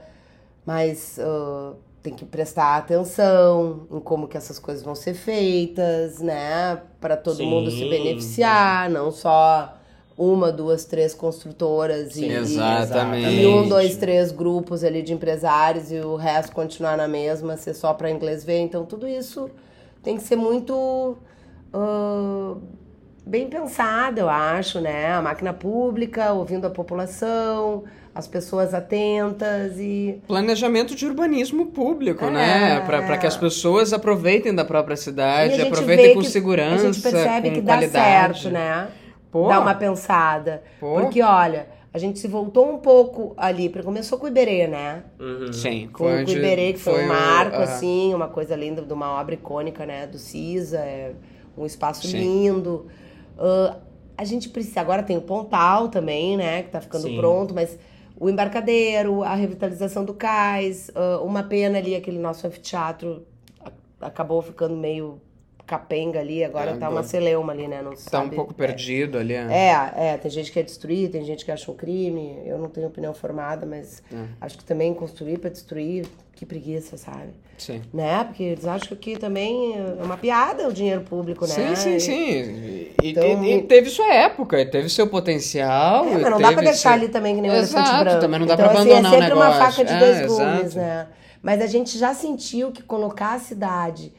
Speaker 4: mas ah, tem que prestar atenção em como que essas coisas vão ser feitas, né? Para todo
Speaker 2: Sim.
Speaker 4: mundo se beneficiar, não só uma, duas, três construtoras e,
Speaker 2: Sim,
Speaker 4: e-
Speaker 3: Exatamente.
Speaker 4: e um, dois, três grupos ali de empresários e o resto continuar na mesma, ser só para inglês ver. Então, tudo isso tem que ser muito ah, bem pensado, eu acho, né? A máquina pública, ouvindo a população, as pessoas atentas e.
Speaker 3: Planejamento de urbanismo público,
Speaker 4: É.
Speaker 3: né? Pra, pra que as pessoas aproveitem da própria
Speaker 4: E a
Speaker 3: cidade,
Speaker 4: gente
Speaker 3: aproveitem
Speaker 4: vê
Speaker 3: com
Speaker 4: que-
Speaker 3: segurança,
Speaker 4: a gente percebe
Speaker 3: com
Speaker 4: que dá
Speaker 3: qualidade.
Speaker 4: certo, né?
Speaker 3: Pô,
Speaker 4: Dá uma pensada.
Speaker 3: pô.
Speaker 4: Porque, olha, a gente se voltou um pouco ali, porque começou com o Iberê, né?
Speaker 2: Uhum.
Speaker 3: Sim,
Speaker 4: Com o
Speaker 3: onde
Speaker 4: Iberê, que foi,
Speaker 3: foi
Speaker 4: um
Speaker 3: o-
Speaker 4: marco,
Speaker 3: aham.
Speaker 4: assim, uma coisa linda, de uma obra icônica, né, do Cisa, é um espaço
Speaker 3: Sim.
Speaker 4: lindo. Ah, a gente precisa, agora tem o Pontal também, né, que tá ficando
Speaker 2: Sim.
Speaker 4: pronto, mas o Embarcadeiro, a revitalização do cais, ah, uma pena ali, aquele nosso anfiteatro a- acabou ficando meio capenga ali, agora
Speaker 3: É,
Speaker 4: tá uma
Speaker 3: agora-
Speaker 4: celeuma ali, né, não se
Speaker 3: Tá um
Speaker 4: sabe-
Speaker 3: pouco
Speaker 4: é.
Speaker 3: perdido ali. né?
Speaker 4: É, é, tem gente que quer destruir, tem gente que acha um crime. Eu não tenho opinião formada, mas acho que também construir pra destruir, que preguiça, sabe?
Speaker 3: Sim.
Speaker 4: Né? Porque eles acham que também é uma piada o dinheiro público, né?
Speaker 3: Sim, sim, sim. E, e-
Speaker 4: Então-
Speaker 3: e teve sua época, e teve seu potencial.
Speaker 4: É,
Speaker 3: e
Speaker 4: mas não dá
Speaker 3: teve
Speaker 4: pra deixar
Speaker 3: seu-
Speaker 4: ali também que nem o
Speaker 3: Exato,
Speaker 4: elefante branco.
Speaker 3: também não dá
Speaker 4: então,
Speaker 3: pra
Speaker 4: assim,
Speaker 3: abandonar o
Speaker 4: é sempre uma
Speaker 3: negócio.
Speaker 4: faca de
Speaker 3: É,
Speaker 4: dois gumes,
Speaker 3: exato.
Speaker 4: né? Mas a gente já sentiu que colocar a cidade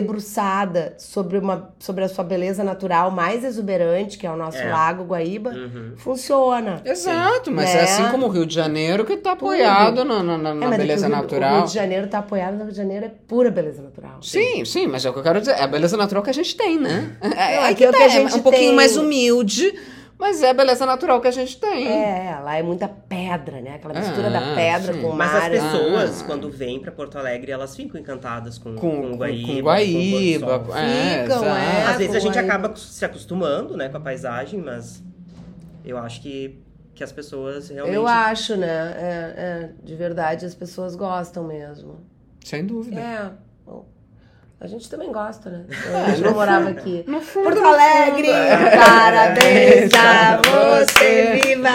Speaker 4: debruçada sobre, uma, sobre a sua beleza natural mais exuberante, que é o nosso
Speaker 2: É.
Speaker 4: lago Guaíba,
Speaker 2: Uhum.
Speaker 4: funciona.
Speaker 3: Exato, mas é.
Speaker 4: Né?
Speaker 3: assim como o Rio de Janeiro que tá apoiado na, na, na- na
Speaker 4: É, mas é que
Speaker 3: beleza
Speaker 4: o Rio, O
Speaker 3: natural.
Speaker 4: Rio de Janeiro tá apoiado, mas o Rio de Janeiro é pura beleza natural.
Speaker 3: Sim, sim, mas é o que eu quero dizer. É a beleza natural que a gente tem, né? É,
Speaker 4: Não, é
Speaker 3: aí
Speaker 4: que é o que a gente
Speaker 3: é um pouquinho
Speaker 4: tem.
Speaker 3: mais humilde, mas é a beleza natural que a gente tem.
Speaker 4: É, é, lá é muita pedra, né? Aquela mistura
Speaker 3: Ah,
Speaker 4: da pedra
Speaker 3: sim.
Speaker 4: com o
Speaker 2: Mas as
Speaker 4: mar. né?
Speaker 3: Mara-
Speaker 2: pessoas,
Speaker 3: Ah.
Speaker 2: quando vêm pra Porto Alegre, elas ficam encantadas com,
Speaker 3: Com, com, com
Speaker 2: Guaíba. com
Speaker 3: Guaíba.
Speaker 2: o pôr do sol.
Speaker 3: é,
Speaker 4: Ficam, é.
Speaker 3: exato.
Speaker 2: Às vezes a
Speaker 4: com
Speaker 2: gente
Speaker 4: Guaíba.
Speaker 2: acaba se acostumando, né, com a paisagem, mas eu acho que, que as pessoas realmente...
Speaker 4: Eu acho, né? É, é, de verdade, as pessoas gostam mesmo.
Speaker 3: Sem dúvida.
Speaker 4: É. bom, a gente também gosta, né?
Speaker 3: É,
Speaker 4: A gente não
Speaker 3: no
Speaker 4: morava aqui.
Speaker 3: No fundo,
Speaker 4: Porto Alegre,
Speaker 2: É.
Speaker 4: parabéns a
Speaker 3: É.
Speaker 4: você, viva!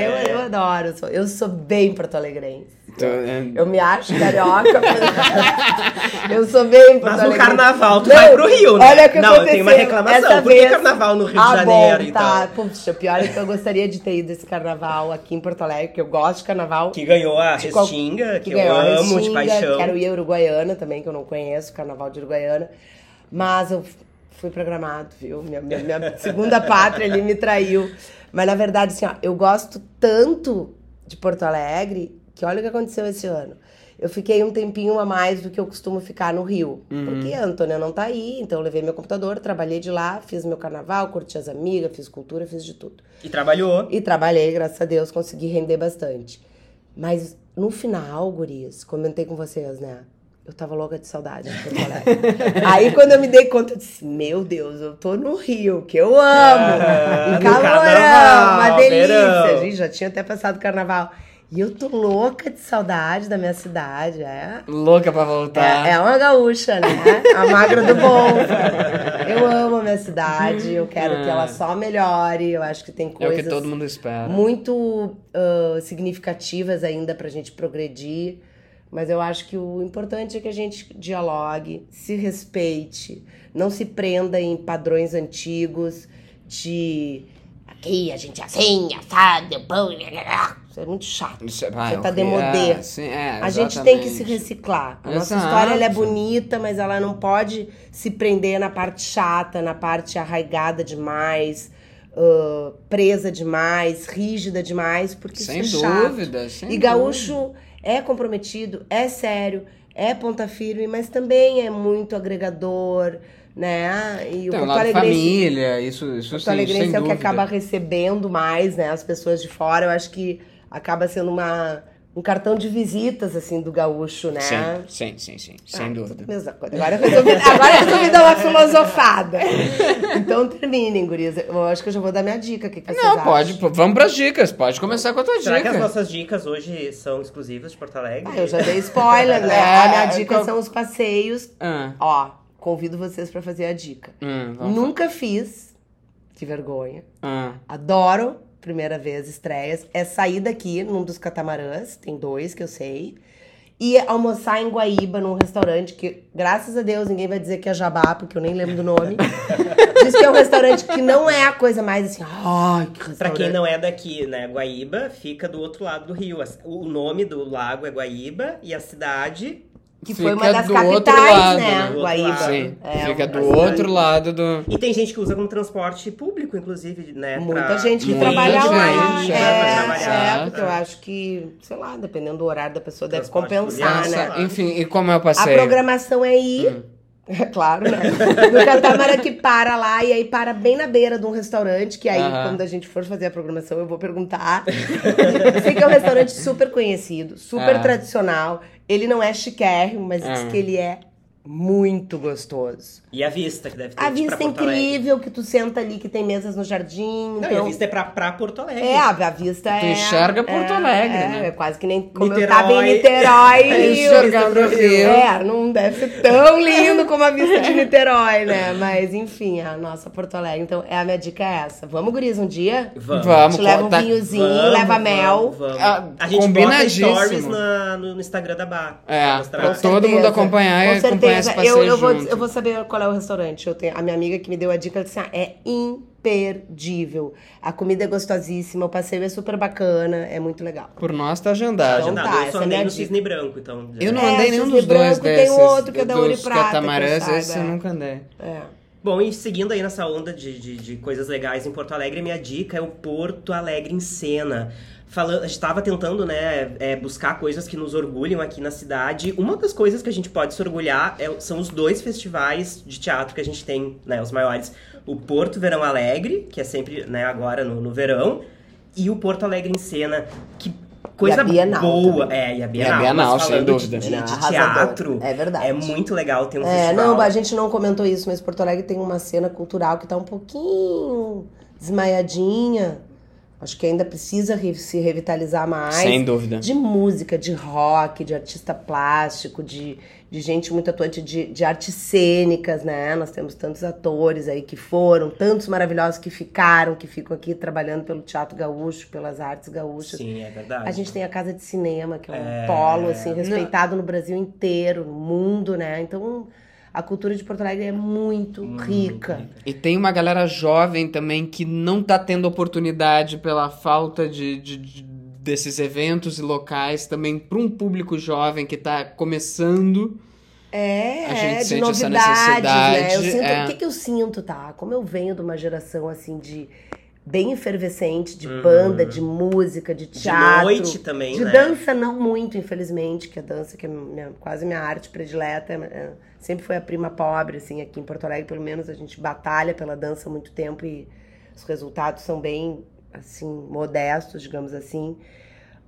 Speaker 4: Eu, eu adoro, eu sou, eu sou bem porto-alegrense.
Speaker 3: Então, é-
Speaker 4: Eu me acho carioca, mas eu sou bem porto
Speaker 2: Mas no
Speaker 4: alegrense.
Speaker 2: carnaval tu
Speaker 4: Não,
Speaker 2: vai pro Rio, né?
Speaker 4: Olha o que
Speaker 2: Não, eu tenho uma
Speaker 4: aconteceu.
Speaker 2: reclamação.
Speaker 4: Essa
Speaker 2: Por que
Speaker 4: vez-
Speaker 2: carnaval no Rio
Speaker 4: ah,
Speaker 2: de Janeiro então?
Speaker 4: bom,
Speaker 2: e
Speaker 4: tá.
Speaker 2: tal?
Speaker 4: Puxa, pior é que eu gostaria de ter ido esse carnaval aqui em Porto Alegre, que eu gosto de carnaval.
Speaker 2: Que ganhou a
Speaker 4: De qual-
Speaker 2: Restinga, que, eu
Speaker 4: ganhou a
Speaker 2: amo de
Speaker 4: Restinga,
Speaker 2: paixão.
Speaker 4: Quero ir a Uruguaiana também, que eu não conheço, carnaval de Uruguaiana. Mas eu fui programado, viu? Minha, minha- minha segunda pátria ali me traiu. Mas na verdade, assim, ó, eu gosto tanto de Porto Alegre que olha o que aconteceu esse ano. Eu fiquei um tempinho a mais do que eu costumo ficar no Rio.
Speaker 2: Uhum.
Speaker 4: Porque a Antônia não tá aí, então eu levei meu computador, trabalhei de lá, fiz meu carnaval, curti as amigas, fiz cultura, fiz de tudo.
Speaker 2: E trabalhou.
Speaker 4: E trabalhei, graças a Deus, consegui render bastante. Mas no final, gurias, comentei com vocês, né? Eu tava louca de saudade de Porto Alegre. Aí quando eu me dei conta, eu disse, meu Deus, eu tô no Rio, que eu amo.
Speaker 2: Ah,
Speaker 4: e
Speaker 2: no
Speaker 4: calorão,
Speaker 2: carnaval,
Speaker 4: uma delícia.
Speaker 2: verão.
Speaker 4: Gente, já tinha até passado carnaval. E eu tô louca de saudade da minha cidade, é.
Speaker 3: Louca pra voltar.
Speaker 4: É, é uma gaúcha, né? A magra do bom. Eu amo a minha cidade, eu quero que ela só melhore. Eu acho que tem
Speaker 3: É o
Speaker 4: coisas
Speaker 3: que todo mundo espera.
Speaker 4: muito ah, significativas ainda pra gente progredir. Mas eu acho que o importante é que a gente dialogue, se respeite, não se prenda em padrões antigos de aqui a gente é assim, assado, pão. blá, blá, blá." Isso é muito chato.
Speaker 3: Isso é- ah,
Speaker 4: Você
Speaker 3: é
Speaker 4: tá
Speaker 3: horrível.
Speaker 4: demodê.
Speaker 3: É, sim, é,
Speaker 4: A gente tem que se
Speaker 3: exatamente.
Speaker 4: reciclar. A nossa
Speaker 3: Exato.
Speaker 4: história ela é bonita, mas ela não pode se prender na parte chata, na parte arraigada demais, ãh, presa demais, rígida demais, porque
Speaker 3: Sem
Speaker 4: isso é chato.
Speaker 3: dúvida, sem
Speaker 4: E gaúcho é comprometido, é sério, é ponta firme, mas também é muito agregador, né? E
Speaker 3: Tem o
Speaker 4: Porto
Speaker 3: lado
Speaker 4: Alegrense-
Speaker 3: família, isso, isso
Speaker 4: Porto
Speaker 3: sim, Então, sem
Speaker 4: Alegrense é o que
Speaker 3: dúvida.
Speaker 4: acaba recebendo mais, né? As pessoas de fora, eu acho que acaba sendo uma, um cartão de visitas, assim, do gaúcho, né?
Speaker 3: Sim, sim, sim, sim, sem
Speaker 4: Ah,
Speaker 3: dúvida.
Speaker 4: tudo mesma coisa. Agora eu resolvi, agora eu resolvi dar uma filosofada. Então terminem, gurias. Eu acho que eu já vou dar minha dica. O que, que vocês
Speaker 3: Não,
Speaker 4: acham?
Speaker 3: pode, pô, vamos pras dicas, pode começar com a tua
Speaker 2: Será que
Speaker 3: dica.
Speaker 2: as nossas dicas hoje são exclusivas de Porto Alegre?
Speaker 4: Ah, eu já dei spoiler, né?
Speaker 3: É,
Speaker 4: a minha
Speaker 3: é,
Speaker 4: dica
Speaker 3: qual-
Speaker 4: são os passeios.
Speaker 3: Ah,
Speaker 4: Ó, convido vocês pra fazer a dica.
Speaker 3: hum, vamos...
Speaker 4: Nunca fiz. Que vergonha.
Speaker 3: ah,
Speaker 4: Adoro. Primeira vez, estreias. É sair daqui num dos catamarãs. Tem dois que eu sei. E almoçar em Guaíba, num restaurante que, graças a Deus, ninguém vai dizer que é jabá, porque eu nem lembro do nome. Diz que é um restaurante que não é a coisa mais assim, ai, que restaurante.
Speaker 2: Pra quem não é daqui, né? Guaíba fica do outro lado do rio. As- O nome do lago é Guaíba e a cidade.
Speaker 4: Que
Speaker 3: Fica
Speaker 4: foi uma das
Speaker 3: do outro
Speaker 4: capitais,
Speaker 3: lado,
Speaker 4: né?
Speaker 2: né?
Speaker 4: Guaíba.
Speaker 2: Claro.
Speaker 3: sim,
Speaker 4: É,
Speaker 3: fica
Speaker 4: um-
Speaker 3: do
Speaker 2: assim,
Speaker 3: outro lado do...
Speaker 2: E tem gente que usa como transporte público, inclusive, né?
Speaker 4: É Muita
Speaker 2: pra- né,
Speaker 4: gente que
Speaker 3: Muita
Speaker 4: trabalha
Speaker 3: gente
Speaker 4: lá.
Speaker 3: que
Speaker 4: É,
Speaker 3: vai
Speaker 4: é,
Speaker 3: trabalhar.
Speaker 4: porque eu acho que, sei lá, dependendo do horário da pessoa, deve
Speaker 2: Transporte
Speaker 4: compensar,
Speaker 2: público.
Speaker 4: né?
Speaker 3: Nossa, enfim, e como é o
Speaker 4: A
Speaker 3: passeio?
Speaker 4: programação é ir.
Speaker 3: Hum.
Speaker 4: É claro, né? No catamarã que para lá e aí para bem na beira de um restaurante, que aí,
Speaker 3: Aham.
Speaker 4: quando a gente for fazer a programação, eu vou perguntar. Sei que é um restaurante super conhecido, super
Speaker 3: Ah.
Speaker 4: tradicional. Ele não é chiquérrimo, mas diz
Speaker 3: Ah.
Speaker 4: que ele é muito gostoso.
Speaker 2: E a vista, que deve ter
Speaker 4: A
Speaker 2: de- pra
Speaker 4: vista é
Speaker 2: Porto Alegre.
Speaker 4: incrível, que tu senta ali, que tem mesas no jardim.
Speaker 2: Não, e a
Speaker 4: então...
Speaker 2: vista é pra, pra Porto Alegre.
Speaker 4: É, a, a vista é...
Speaker 3: Tu enxerga Porto
Speaker 4: é-
Speaker 3: Alegre,
Speaker 4: é,
Speaker 3: né?
Speaker 4: É quase que nem como
Speaker 2: Niterói.
Speaker 4: eu tava em Niterói.
Speaker 3: É
Speaker 4: Rio.
Speaker 3: enxergar pro Rio.
Speaker 4: É, não deve ser tão lindo como a vista de Niterói, né? Mas, enfim, é a nossa Porto Alegre. Então, é a minha dica é essa. Vamos, guris, um dia?
Speaker 2: Vamos.
Speaker 4: A
Speaker 3: Vamos,
Speaker 4: gente leva um
Speaker 3: tá-
Speaker 4: vinhozinho,
Speaker 2: Vamos,
Speaker 4: leva
Speaker 2: vamos,
Speaker 4: mel.
Speaker 2: vamos.
Speaker 3: Ah,
Speaker 2: A gente bota
Speaker 3: combinadíssimo.
Speaker 2: stories na- no no Instagram da Bar.
Speaker 3: É, pra
Speaker 2: mostrar.
Speaker 4: Então
Speaker 3: todo mundo acompanhar
Speaker 4: Com
Speaker 3: e acompanhar esse
Speaker 4: certeza.
Speaker 3: passeio
Speaker 4: eu, eu, vou,
Speaker 3: junto.
Speaker 4: eu vou saber qual é o restaurante. Eu tenho, a minha amiga que me deu a dica ela disse: ah, é imperdível. A comida é gostosíssima, o passeio é super bacana, é muito legal.
Speaker 3: Por nós tá agendado.
Speaker 4: Então
Speaker 2: Agendado.
Speaker 4: tá,
Speaker 2: eu
Speaker 4: essa
Speaker 2: só
Speaker 4: é
Speaker 2: andei
Speaker 4: minha
Speaker 2: no
Speaker 4: dica.
Speaker 2: cisne branco, então. já-
Speaker 3: Eu não
Speaker 4: É,
Speaker 3: andei nenhum
Speaker 4: Cisne
Speaker 3: dos dois
Speaker 4: Branco, tem
Speaker 3: desses.
Speaker 4: outro que é da
Speaker 3: dos
Speaker 4: Ouro e Prata,
Speaker 3: catamarãs,
Speaker 4: que eu
Speaker 3: esse eu
Speaker 4: saiba.
Speaker 3: nunca andei.
Speaker 4: É.
Speaker 2: Bom, e seguindo aí nessa onda de, de, de coisas legais em Porto Alegre, minha dica é o Porto Alegre em cena. Falando, a gente tava tentando, né, é, buscar coisas que nos orgulham aqui na cidade. Uma das coisas que a gente pode se orgulhar é- são os dois festivais de teatro que a gente tem, né, os maiores. O Porto Verão Alegre, que é sempre, né, agora no, no verão, e o Porto Alegre em cena, que coisa
Speaker 4: Bienal
Speaker 2: boa. É, e a Bienal. mas
Speaker 3: Bienal, sem
Speaker 2: falando de-
Speaker 3: dúvida.
Speaker 2: De,
Speaker 4: Bienal
Speaker 2: de
Speaker 4: arrasador.
Speaker 2: teatro.
Speaker 4: É verdade.
Speaker 2: É muito legal ter um
Speaker 4: É,
Speaker 2: festival.
Speaker 4: não, a gente não comentou isso, mas Porto Alegre tem uma cena cultural que tá um pouquinho desmaiadinha. Acho que ainda precisa re- se revitalizar mais.
Speaker 3: Sem dúvida.
Speaker 4: De música, de rock, de artista plástico, de, de gente muito atuante de, de artes cênicas, né? Nós temos tantos atores aí que foram, tantos maravilhosos que ficaram, que ficam aqui trabalhando pelo teatro gaúcho, pelas artes gaúchas.
Speaker 2: Sim, é verdade.
Speaker 4: A gente tem a Casa de Cinema, que é um
Speaker 2: É.
Speaker 4: polo, assim, respeitado no Brasil inteiro, no mundo, né? Então, a cultura de Porto Alegre é muito rica.
Speaker 3: E tem uma galera jovem também que não tá tendo oportunidade pela falta de, de- de- desses eventos e locais também para um público jovem que tá começando.
Speaker 4: É,
Speaker 3: A gente
Speaker 4: é, de
Speaker 3: sente essa
Speaker 4: novidades, né? Eu
Speaker 3: necessidade,
Speaker 4: sinto,
Speaker 3: é.
Speaker 4: O que, que eu sinto, tá? Como eu venho de uma geração, assim, de... Bem efervescente, de
Speaker 3: Uhum.
Speaker 4: banda, de música, de
Speaker 2: De
Speaker 4: teatro.
Speaker 2: noite também,
Speaker 4: De
Speaker 2: né?
Speaker 4: dança, não muito, infelizmente, que a dança, que é minha- quase minha arte predileta, é, sempre foi a prima pobre, assim, aqui em Porto Alegre, pelo menos a gente batalha pela dança há muito tempo e os resultados são bem, assim, modestos, digamos assim.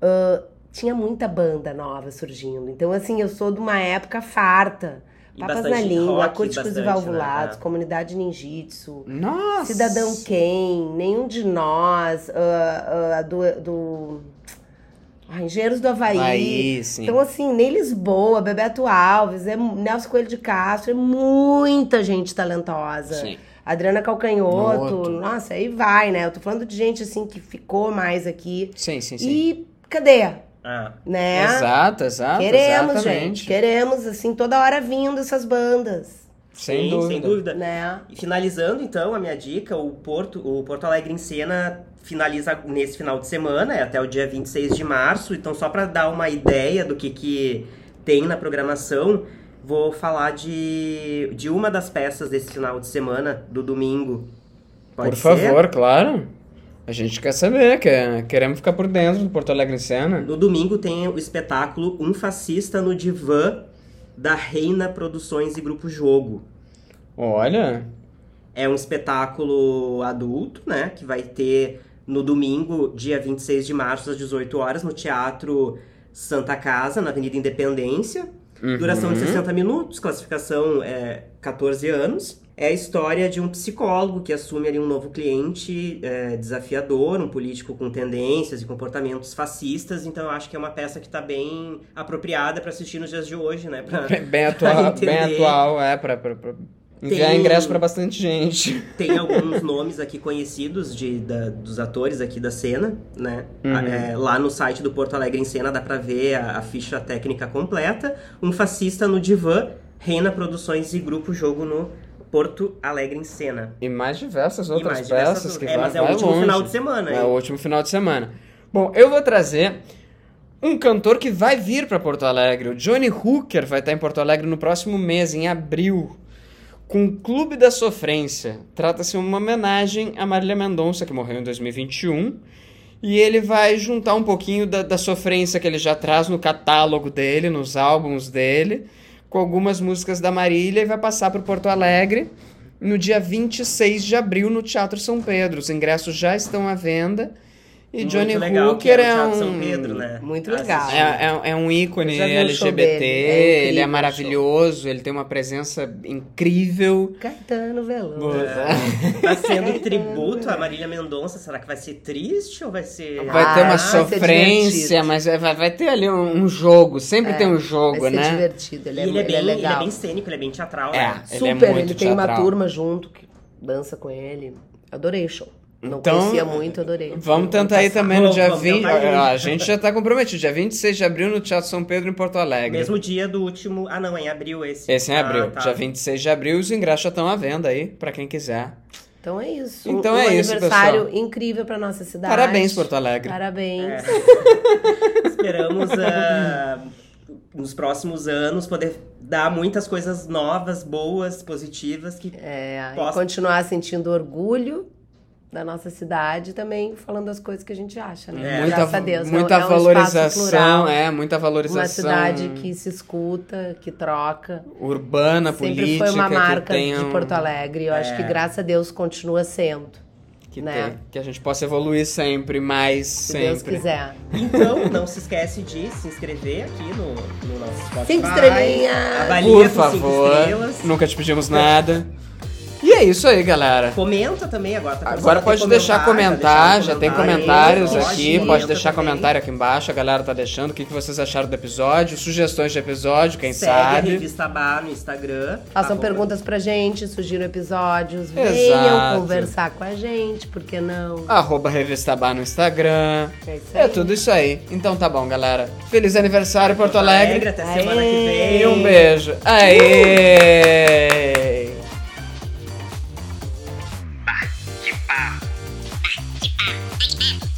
Speaker 4: Ahn, tinha muita banda nova surgindo, então, assim, eu sou de uma época farta.
Speaker 2: E
Speaker 4: Papas na
Speaker 2: bastante
Speaker 4: língua,
Speaker 2: rock,
Speaker 4: Acústicos e
Speaker 2: bastante,
Speaker 4: Valvulados,
Speaker 2: né?
Speaker 4: Comunidade Ninjitsu,
Speaker 3: Nossa!
Speaker 4: Cidadão Quem, Nenhum de Nós, ah, ah, do, do Ah, Engenheiros do Havaí.
Speaker 3: Aí, sim.
Speaker 4: Então, assim, nem Lisboa, Bebeto Alves, é Nelson Coelho de Castro, é muita gente talentosa.
Speaker 3: Sim.
Speaker 4: Adriana Calcanhoto,
Speaker 3: Noto.
Speaker 4: nossa, aí vai, né? Eu tô falando de gente, assim, que ficou mais aqui.
Speaker 3: Sim, sim, sim.
Speaker 4: E cadê?
Speaker 2: Ah,
Speaker 4: Né?
Speaker 3: Exato, exato.
Speaker 4: Queremos,
Speaker 3: exatamente.
Speaker 4: gente. Queremos, assim, toda hora vindo essas bandas,
Speaker 3: Sem
Speaker 2: sim,
Speaker 3: dúvida.
Speaker 2: sem dúvida.
Speaker 4: né?
Speaker 2: E Finalizando então a minha dica, o Porto, o Porto Alegre em Cena finaliza nesse final de semana, é até o dia 26 de março, então só para dar uma ideia do que, que tem na programação, vou falar de, de uma das peças desse final de semana, do domingo. Pode
Speaker 3: Por
Speaker 2: ser?
Speaker 3: favor, claro. A gente quer saber, quer, queremos ficar por dentro do Porto Alegre em Cena.
Speaker 2: No domingo tem o espetáculo Um Fascista no Divã, da Reina Produções e Grupo Jogo.
Speaker 3: Olha,
Speaker 2: É um espetáculo adulto, né? Que vai ter no domingo, dia 26 de março, às 18 horas, no Teatro Santa Casa, na Avenida Independência. Duração de
Speaker 3: Uhum.
Speaker 2: 60 minutos, classificação é 14 anos. É a história de um psicólogo que assume ali um novo cliente é, desafiador, um político com tendências e comportamentos fascistas. Então, eu acho que é uma peça que está bem apropriada para assistir nos dias de hoje, né? Pra-
Speaker 3: bem- bem atual, bem
Speaker 2: entender.
Speaker 3: atual é, pra, pra, pra enviar
Speaker 2: Tem- um
Speaker 3: ingresso pra bastante gente.
Speaker 2: Tem alguns nomes aqui conhecidos de, da- dos atores aqui da cena, né?
Speaker 3: Uhum.
Speaker 2: A- é, lá no site do Porto Alegre em Cena dá pra ver a, a ficha técnica completa. Um fascista no divã, Reina Produções e Grupo Jogo no Porto Alegre em Cena.
Speaker 3: E mais diversas
Speaker 2: E
Speaker 3: outras
Speaker 2: mais diversas
Speaker 3: peças
Speaker 2: outras-
Speaker 3: que
Speaker 2: é,
Speaker 3: vai,
Speaker 2: mas é o
Speaker 3: vai
Speaker 2: último
Speaker 3: longe.
Speaker 2: final de semana,
Speaker 3: É
Speaker 2: hein?
Speaker 3: o último final de semana. Bom, eu vou trazer um cantor que vai vir para Porto Alegre. O Johnny Hooker vai estar em Porto Alegre no próximo mês, em abril, com o Clube da Sofrência. Trata-se de uma homenagem a Marília Mendonça, que morreu em 2021. E ele vai juntar um pouquinho da, da sofrência que ele já traz no catálogo dele, nos álbuns dele, com algumas músicas da Marília e vai passar para Porto Alegre no dia 26 de abril no Teatro São Pedro. Os ingressos já estão à venda. E
Speaker 2: Muito
Speaker 3: Johnny
Speaker 2: legal, que
Speaker 3: Hooker
Speaker 2: era o
Speaker 3: é um.
Speaker 2: Teatro São Pedro, né?
Speaker 4: Muito
Speaker 2: Assistir.
Speaker 4: legal.
Speaker 3: É, é- é um ícone
Speaker 4: Eu já vi o show
Speaker 3: LGBT,
Speaker 4: dele, é incrível
Speaker 3: ele
Speaker 4: o
Speaker 3: é
Speaker 4: show.
Speaker 3: maravilhoso, ele tem uma presença incrível.
Speaker 4: Caetano Veloso.
Speaker 3: Vai
Speaker 2: Tá sendo tributo a Marília Mendonça. Será que vai ser triste ou vai ser.
Speaker 3: ter
Speaker 4: Ah,
Speaker 3: uma
Speaker 4: vai ser
Speaker 3: sofrência,
Speaker 4: divertido. É,
Speaker 3: mas é, vai, vai ter ali um, um jogo, sempre tem um jogo,
Speaker 4: Vai ser
Speaker 3: né?
Speaker 4: divertido, ele
Speaker 2: E
Speaker 4: é,
Speaker 2: ele é, bem,
Speaker 4: ele é legal.
Speaker 2: ele é bem cênico, ele é bem teatral,
Speaker 3: É.
Speaker 2: né?
Speaker 3: Ele
Speaker 4: Super, ele,
Speaker 3: muito
Speaker 4: tem uma
Speaker 3: teatral.
Speaker 4: turma junto que dança com ele. Adorei o show. Não
Speaker 3: Então,
Speaker 4: conhecia muito, adorei.
Speaker 3: Vamos tentar
Speaker 4: aí
Speaker 3: aí também no
Speaker 2: Vamos,
Speaker 3: dia
Speaker 2: vamos
Speaker 3: 20.
Speaker 2: tentar aí.
Speaker 3: ó, A gente já tá comprometido, dia 26 de abril no Teatro São Pedro em Porto Alegre.
Speaker 2: Mesmo dia do último. Ah, não, é em abril esse.
Speaker 3: Esse é em
Speaker 2: Ah,
Speaker 3: abril,
Speaker 2: tá.
Speaker 3: dia 26 de abril, os ingressos já estão à venda aí, pra quem quiser.
Speaker 4: Então é isso.
Speaker 3: Então
Speaker 4: um
Speaker 3: é isso,
Speaker 4: aniversário incrível pra nossa cidade.
Speaker 3: Parabéns, Porto Alegre.
Speaker 4: Parabéns.
Speaker 2: Esperamos ah, nos próximos anos poder dar muitas coisas novas, boas, positivas que
Speaker 4: É, e
Speaker 2: Posso-
Speaker 4: continuar sentindo orgulho da nossa cidade e também falando as coisas que a gente acha, né?
Speaker 2: É.
Speaker 3: muita
Speaker 4: Graças a Deus. é um-
Speaker 3: muita
Speaker 4: é um espaço
Speaker 3: valorização,
Speaker 4: plural,
Speaker 3: é, muita valorização.
Speaker 4: Uma cidade que se escuta, que troca.
Speaker 3: urbana,
Speaker 4: Sempre
Speaker 3: política,
Speaker 4: foi uma
Speaker 3: que
Speaker 4: marca
Speaker 3: tenha
Speaker 4: de
Speaker 3: um-
Speaker 4: Porto Alegre. Eu acho que graças a Deus continua sendo.
Speaker 3: que,
Speaker 4: né?
Speaker 3: tenha- que a gente possa evoluir sempre, mais
Speaker 4: Se
Speaker 3: sempre.
Speaker 4: Deus quiser.
Speaker 2: Então, não se esquece de se inscrever aqui no, no nosso Spotify.
Speaker 4: Cinco estrelinhas!
Speaker 2: Avalia
Speaker 3: Por
Speaker 2: com cinco
Speaker 3: favor,
Speaker 2: estrelas.
Speaker 3: nunca te pedimos nada. E é isso aí, galera.
Speaker 2: Comenta também agora. Tá começando
Speaker 3: Agora
Speaker 2: a ter
Speaker 3: pode deixar
Speaker 2: comentar,
Speaker 3: comentar,
Speaker 2: tá
Speaker 3: já
Speaker 2: deixando
Speaker 3: tem
Speaker 4: comentários.
Speaker 3: comentários
Speaker 4: Pode,
Speaker 3: aqui,
Speaker 4: comenta
Speaker 3: pode deixar
Speaker 2: também.
Speaker 3: comentário aqui embaixo, a galera tá deixando, o que, que vocês acharam do episódio, sugestões de episódio, quem
Speaker 2: Segue a
Speaker 3: sabe.
Speaker 2: revista Bar no Instagram.
Speaker 4: Façam
Speaker 2: Arroba-
Speaker 4: perguntas pra gente, sugiram episódios, venham
Speaker 3: Exato.
Speaker 4: conversar com a gente, por que não?
Speaker 3: Arroba Revista Bar no Instagram.
Speaker 4: É isso
Speaker 3: É
Speaker 4: aí.
Speaker 3: tudo isso aí. Então tá bom, galera. Feliz aniversário, Porto Alegre.
Speaker 2: Até semana que vem. Uh!
Speaker 3: E um beijo. Aê!
Speaker 1: Bah, que papo!
Speaker 5: Bate papo, bate papo.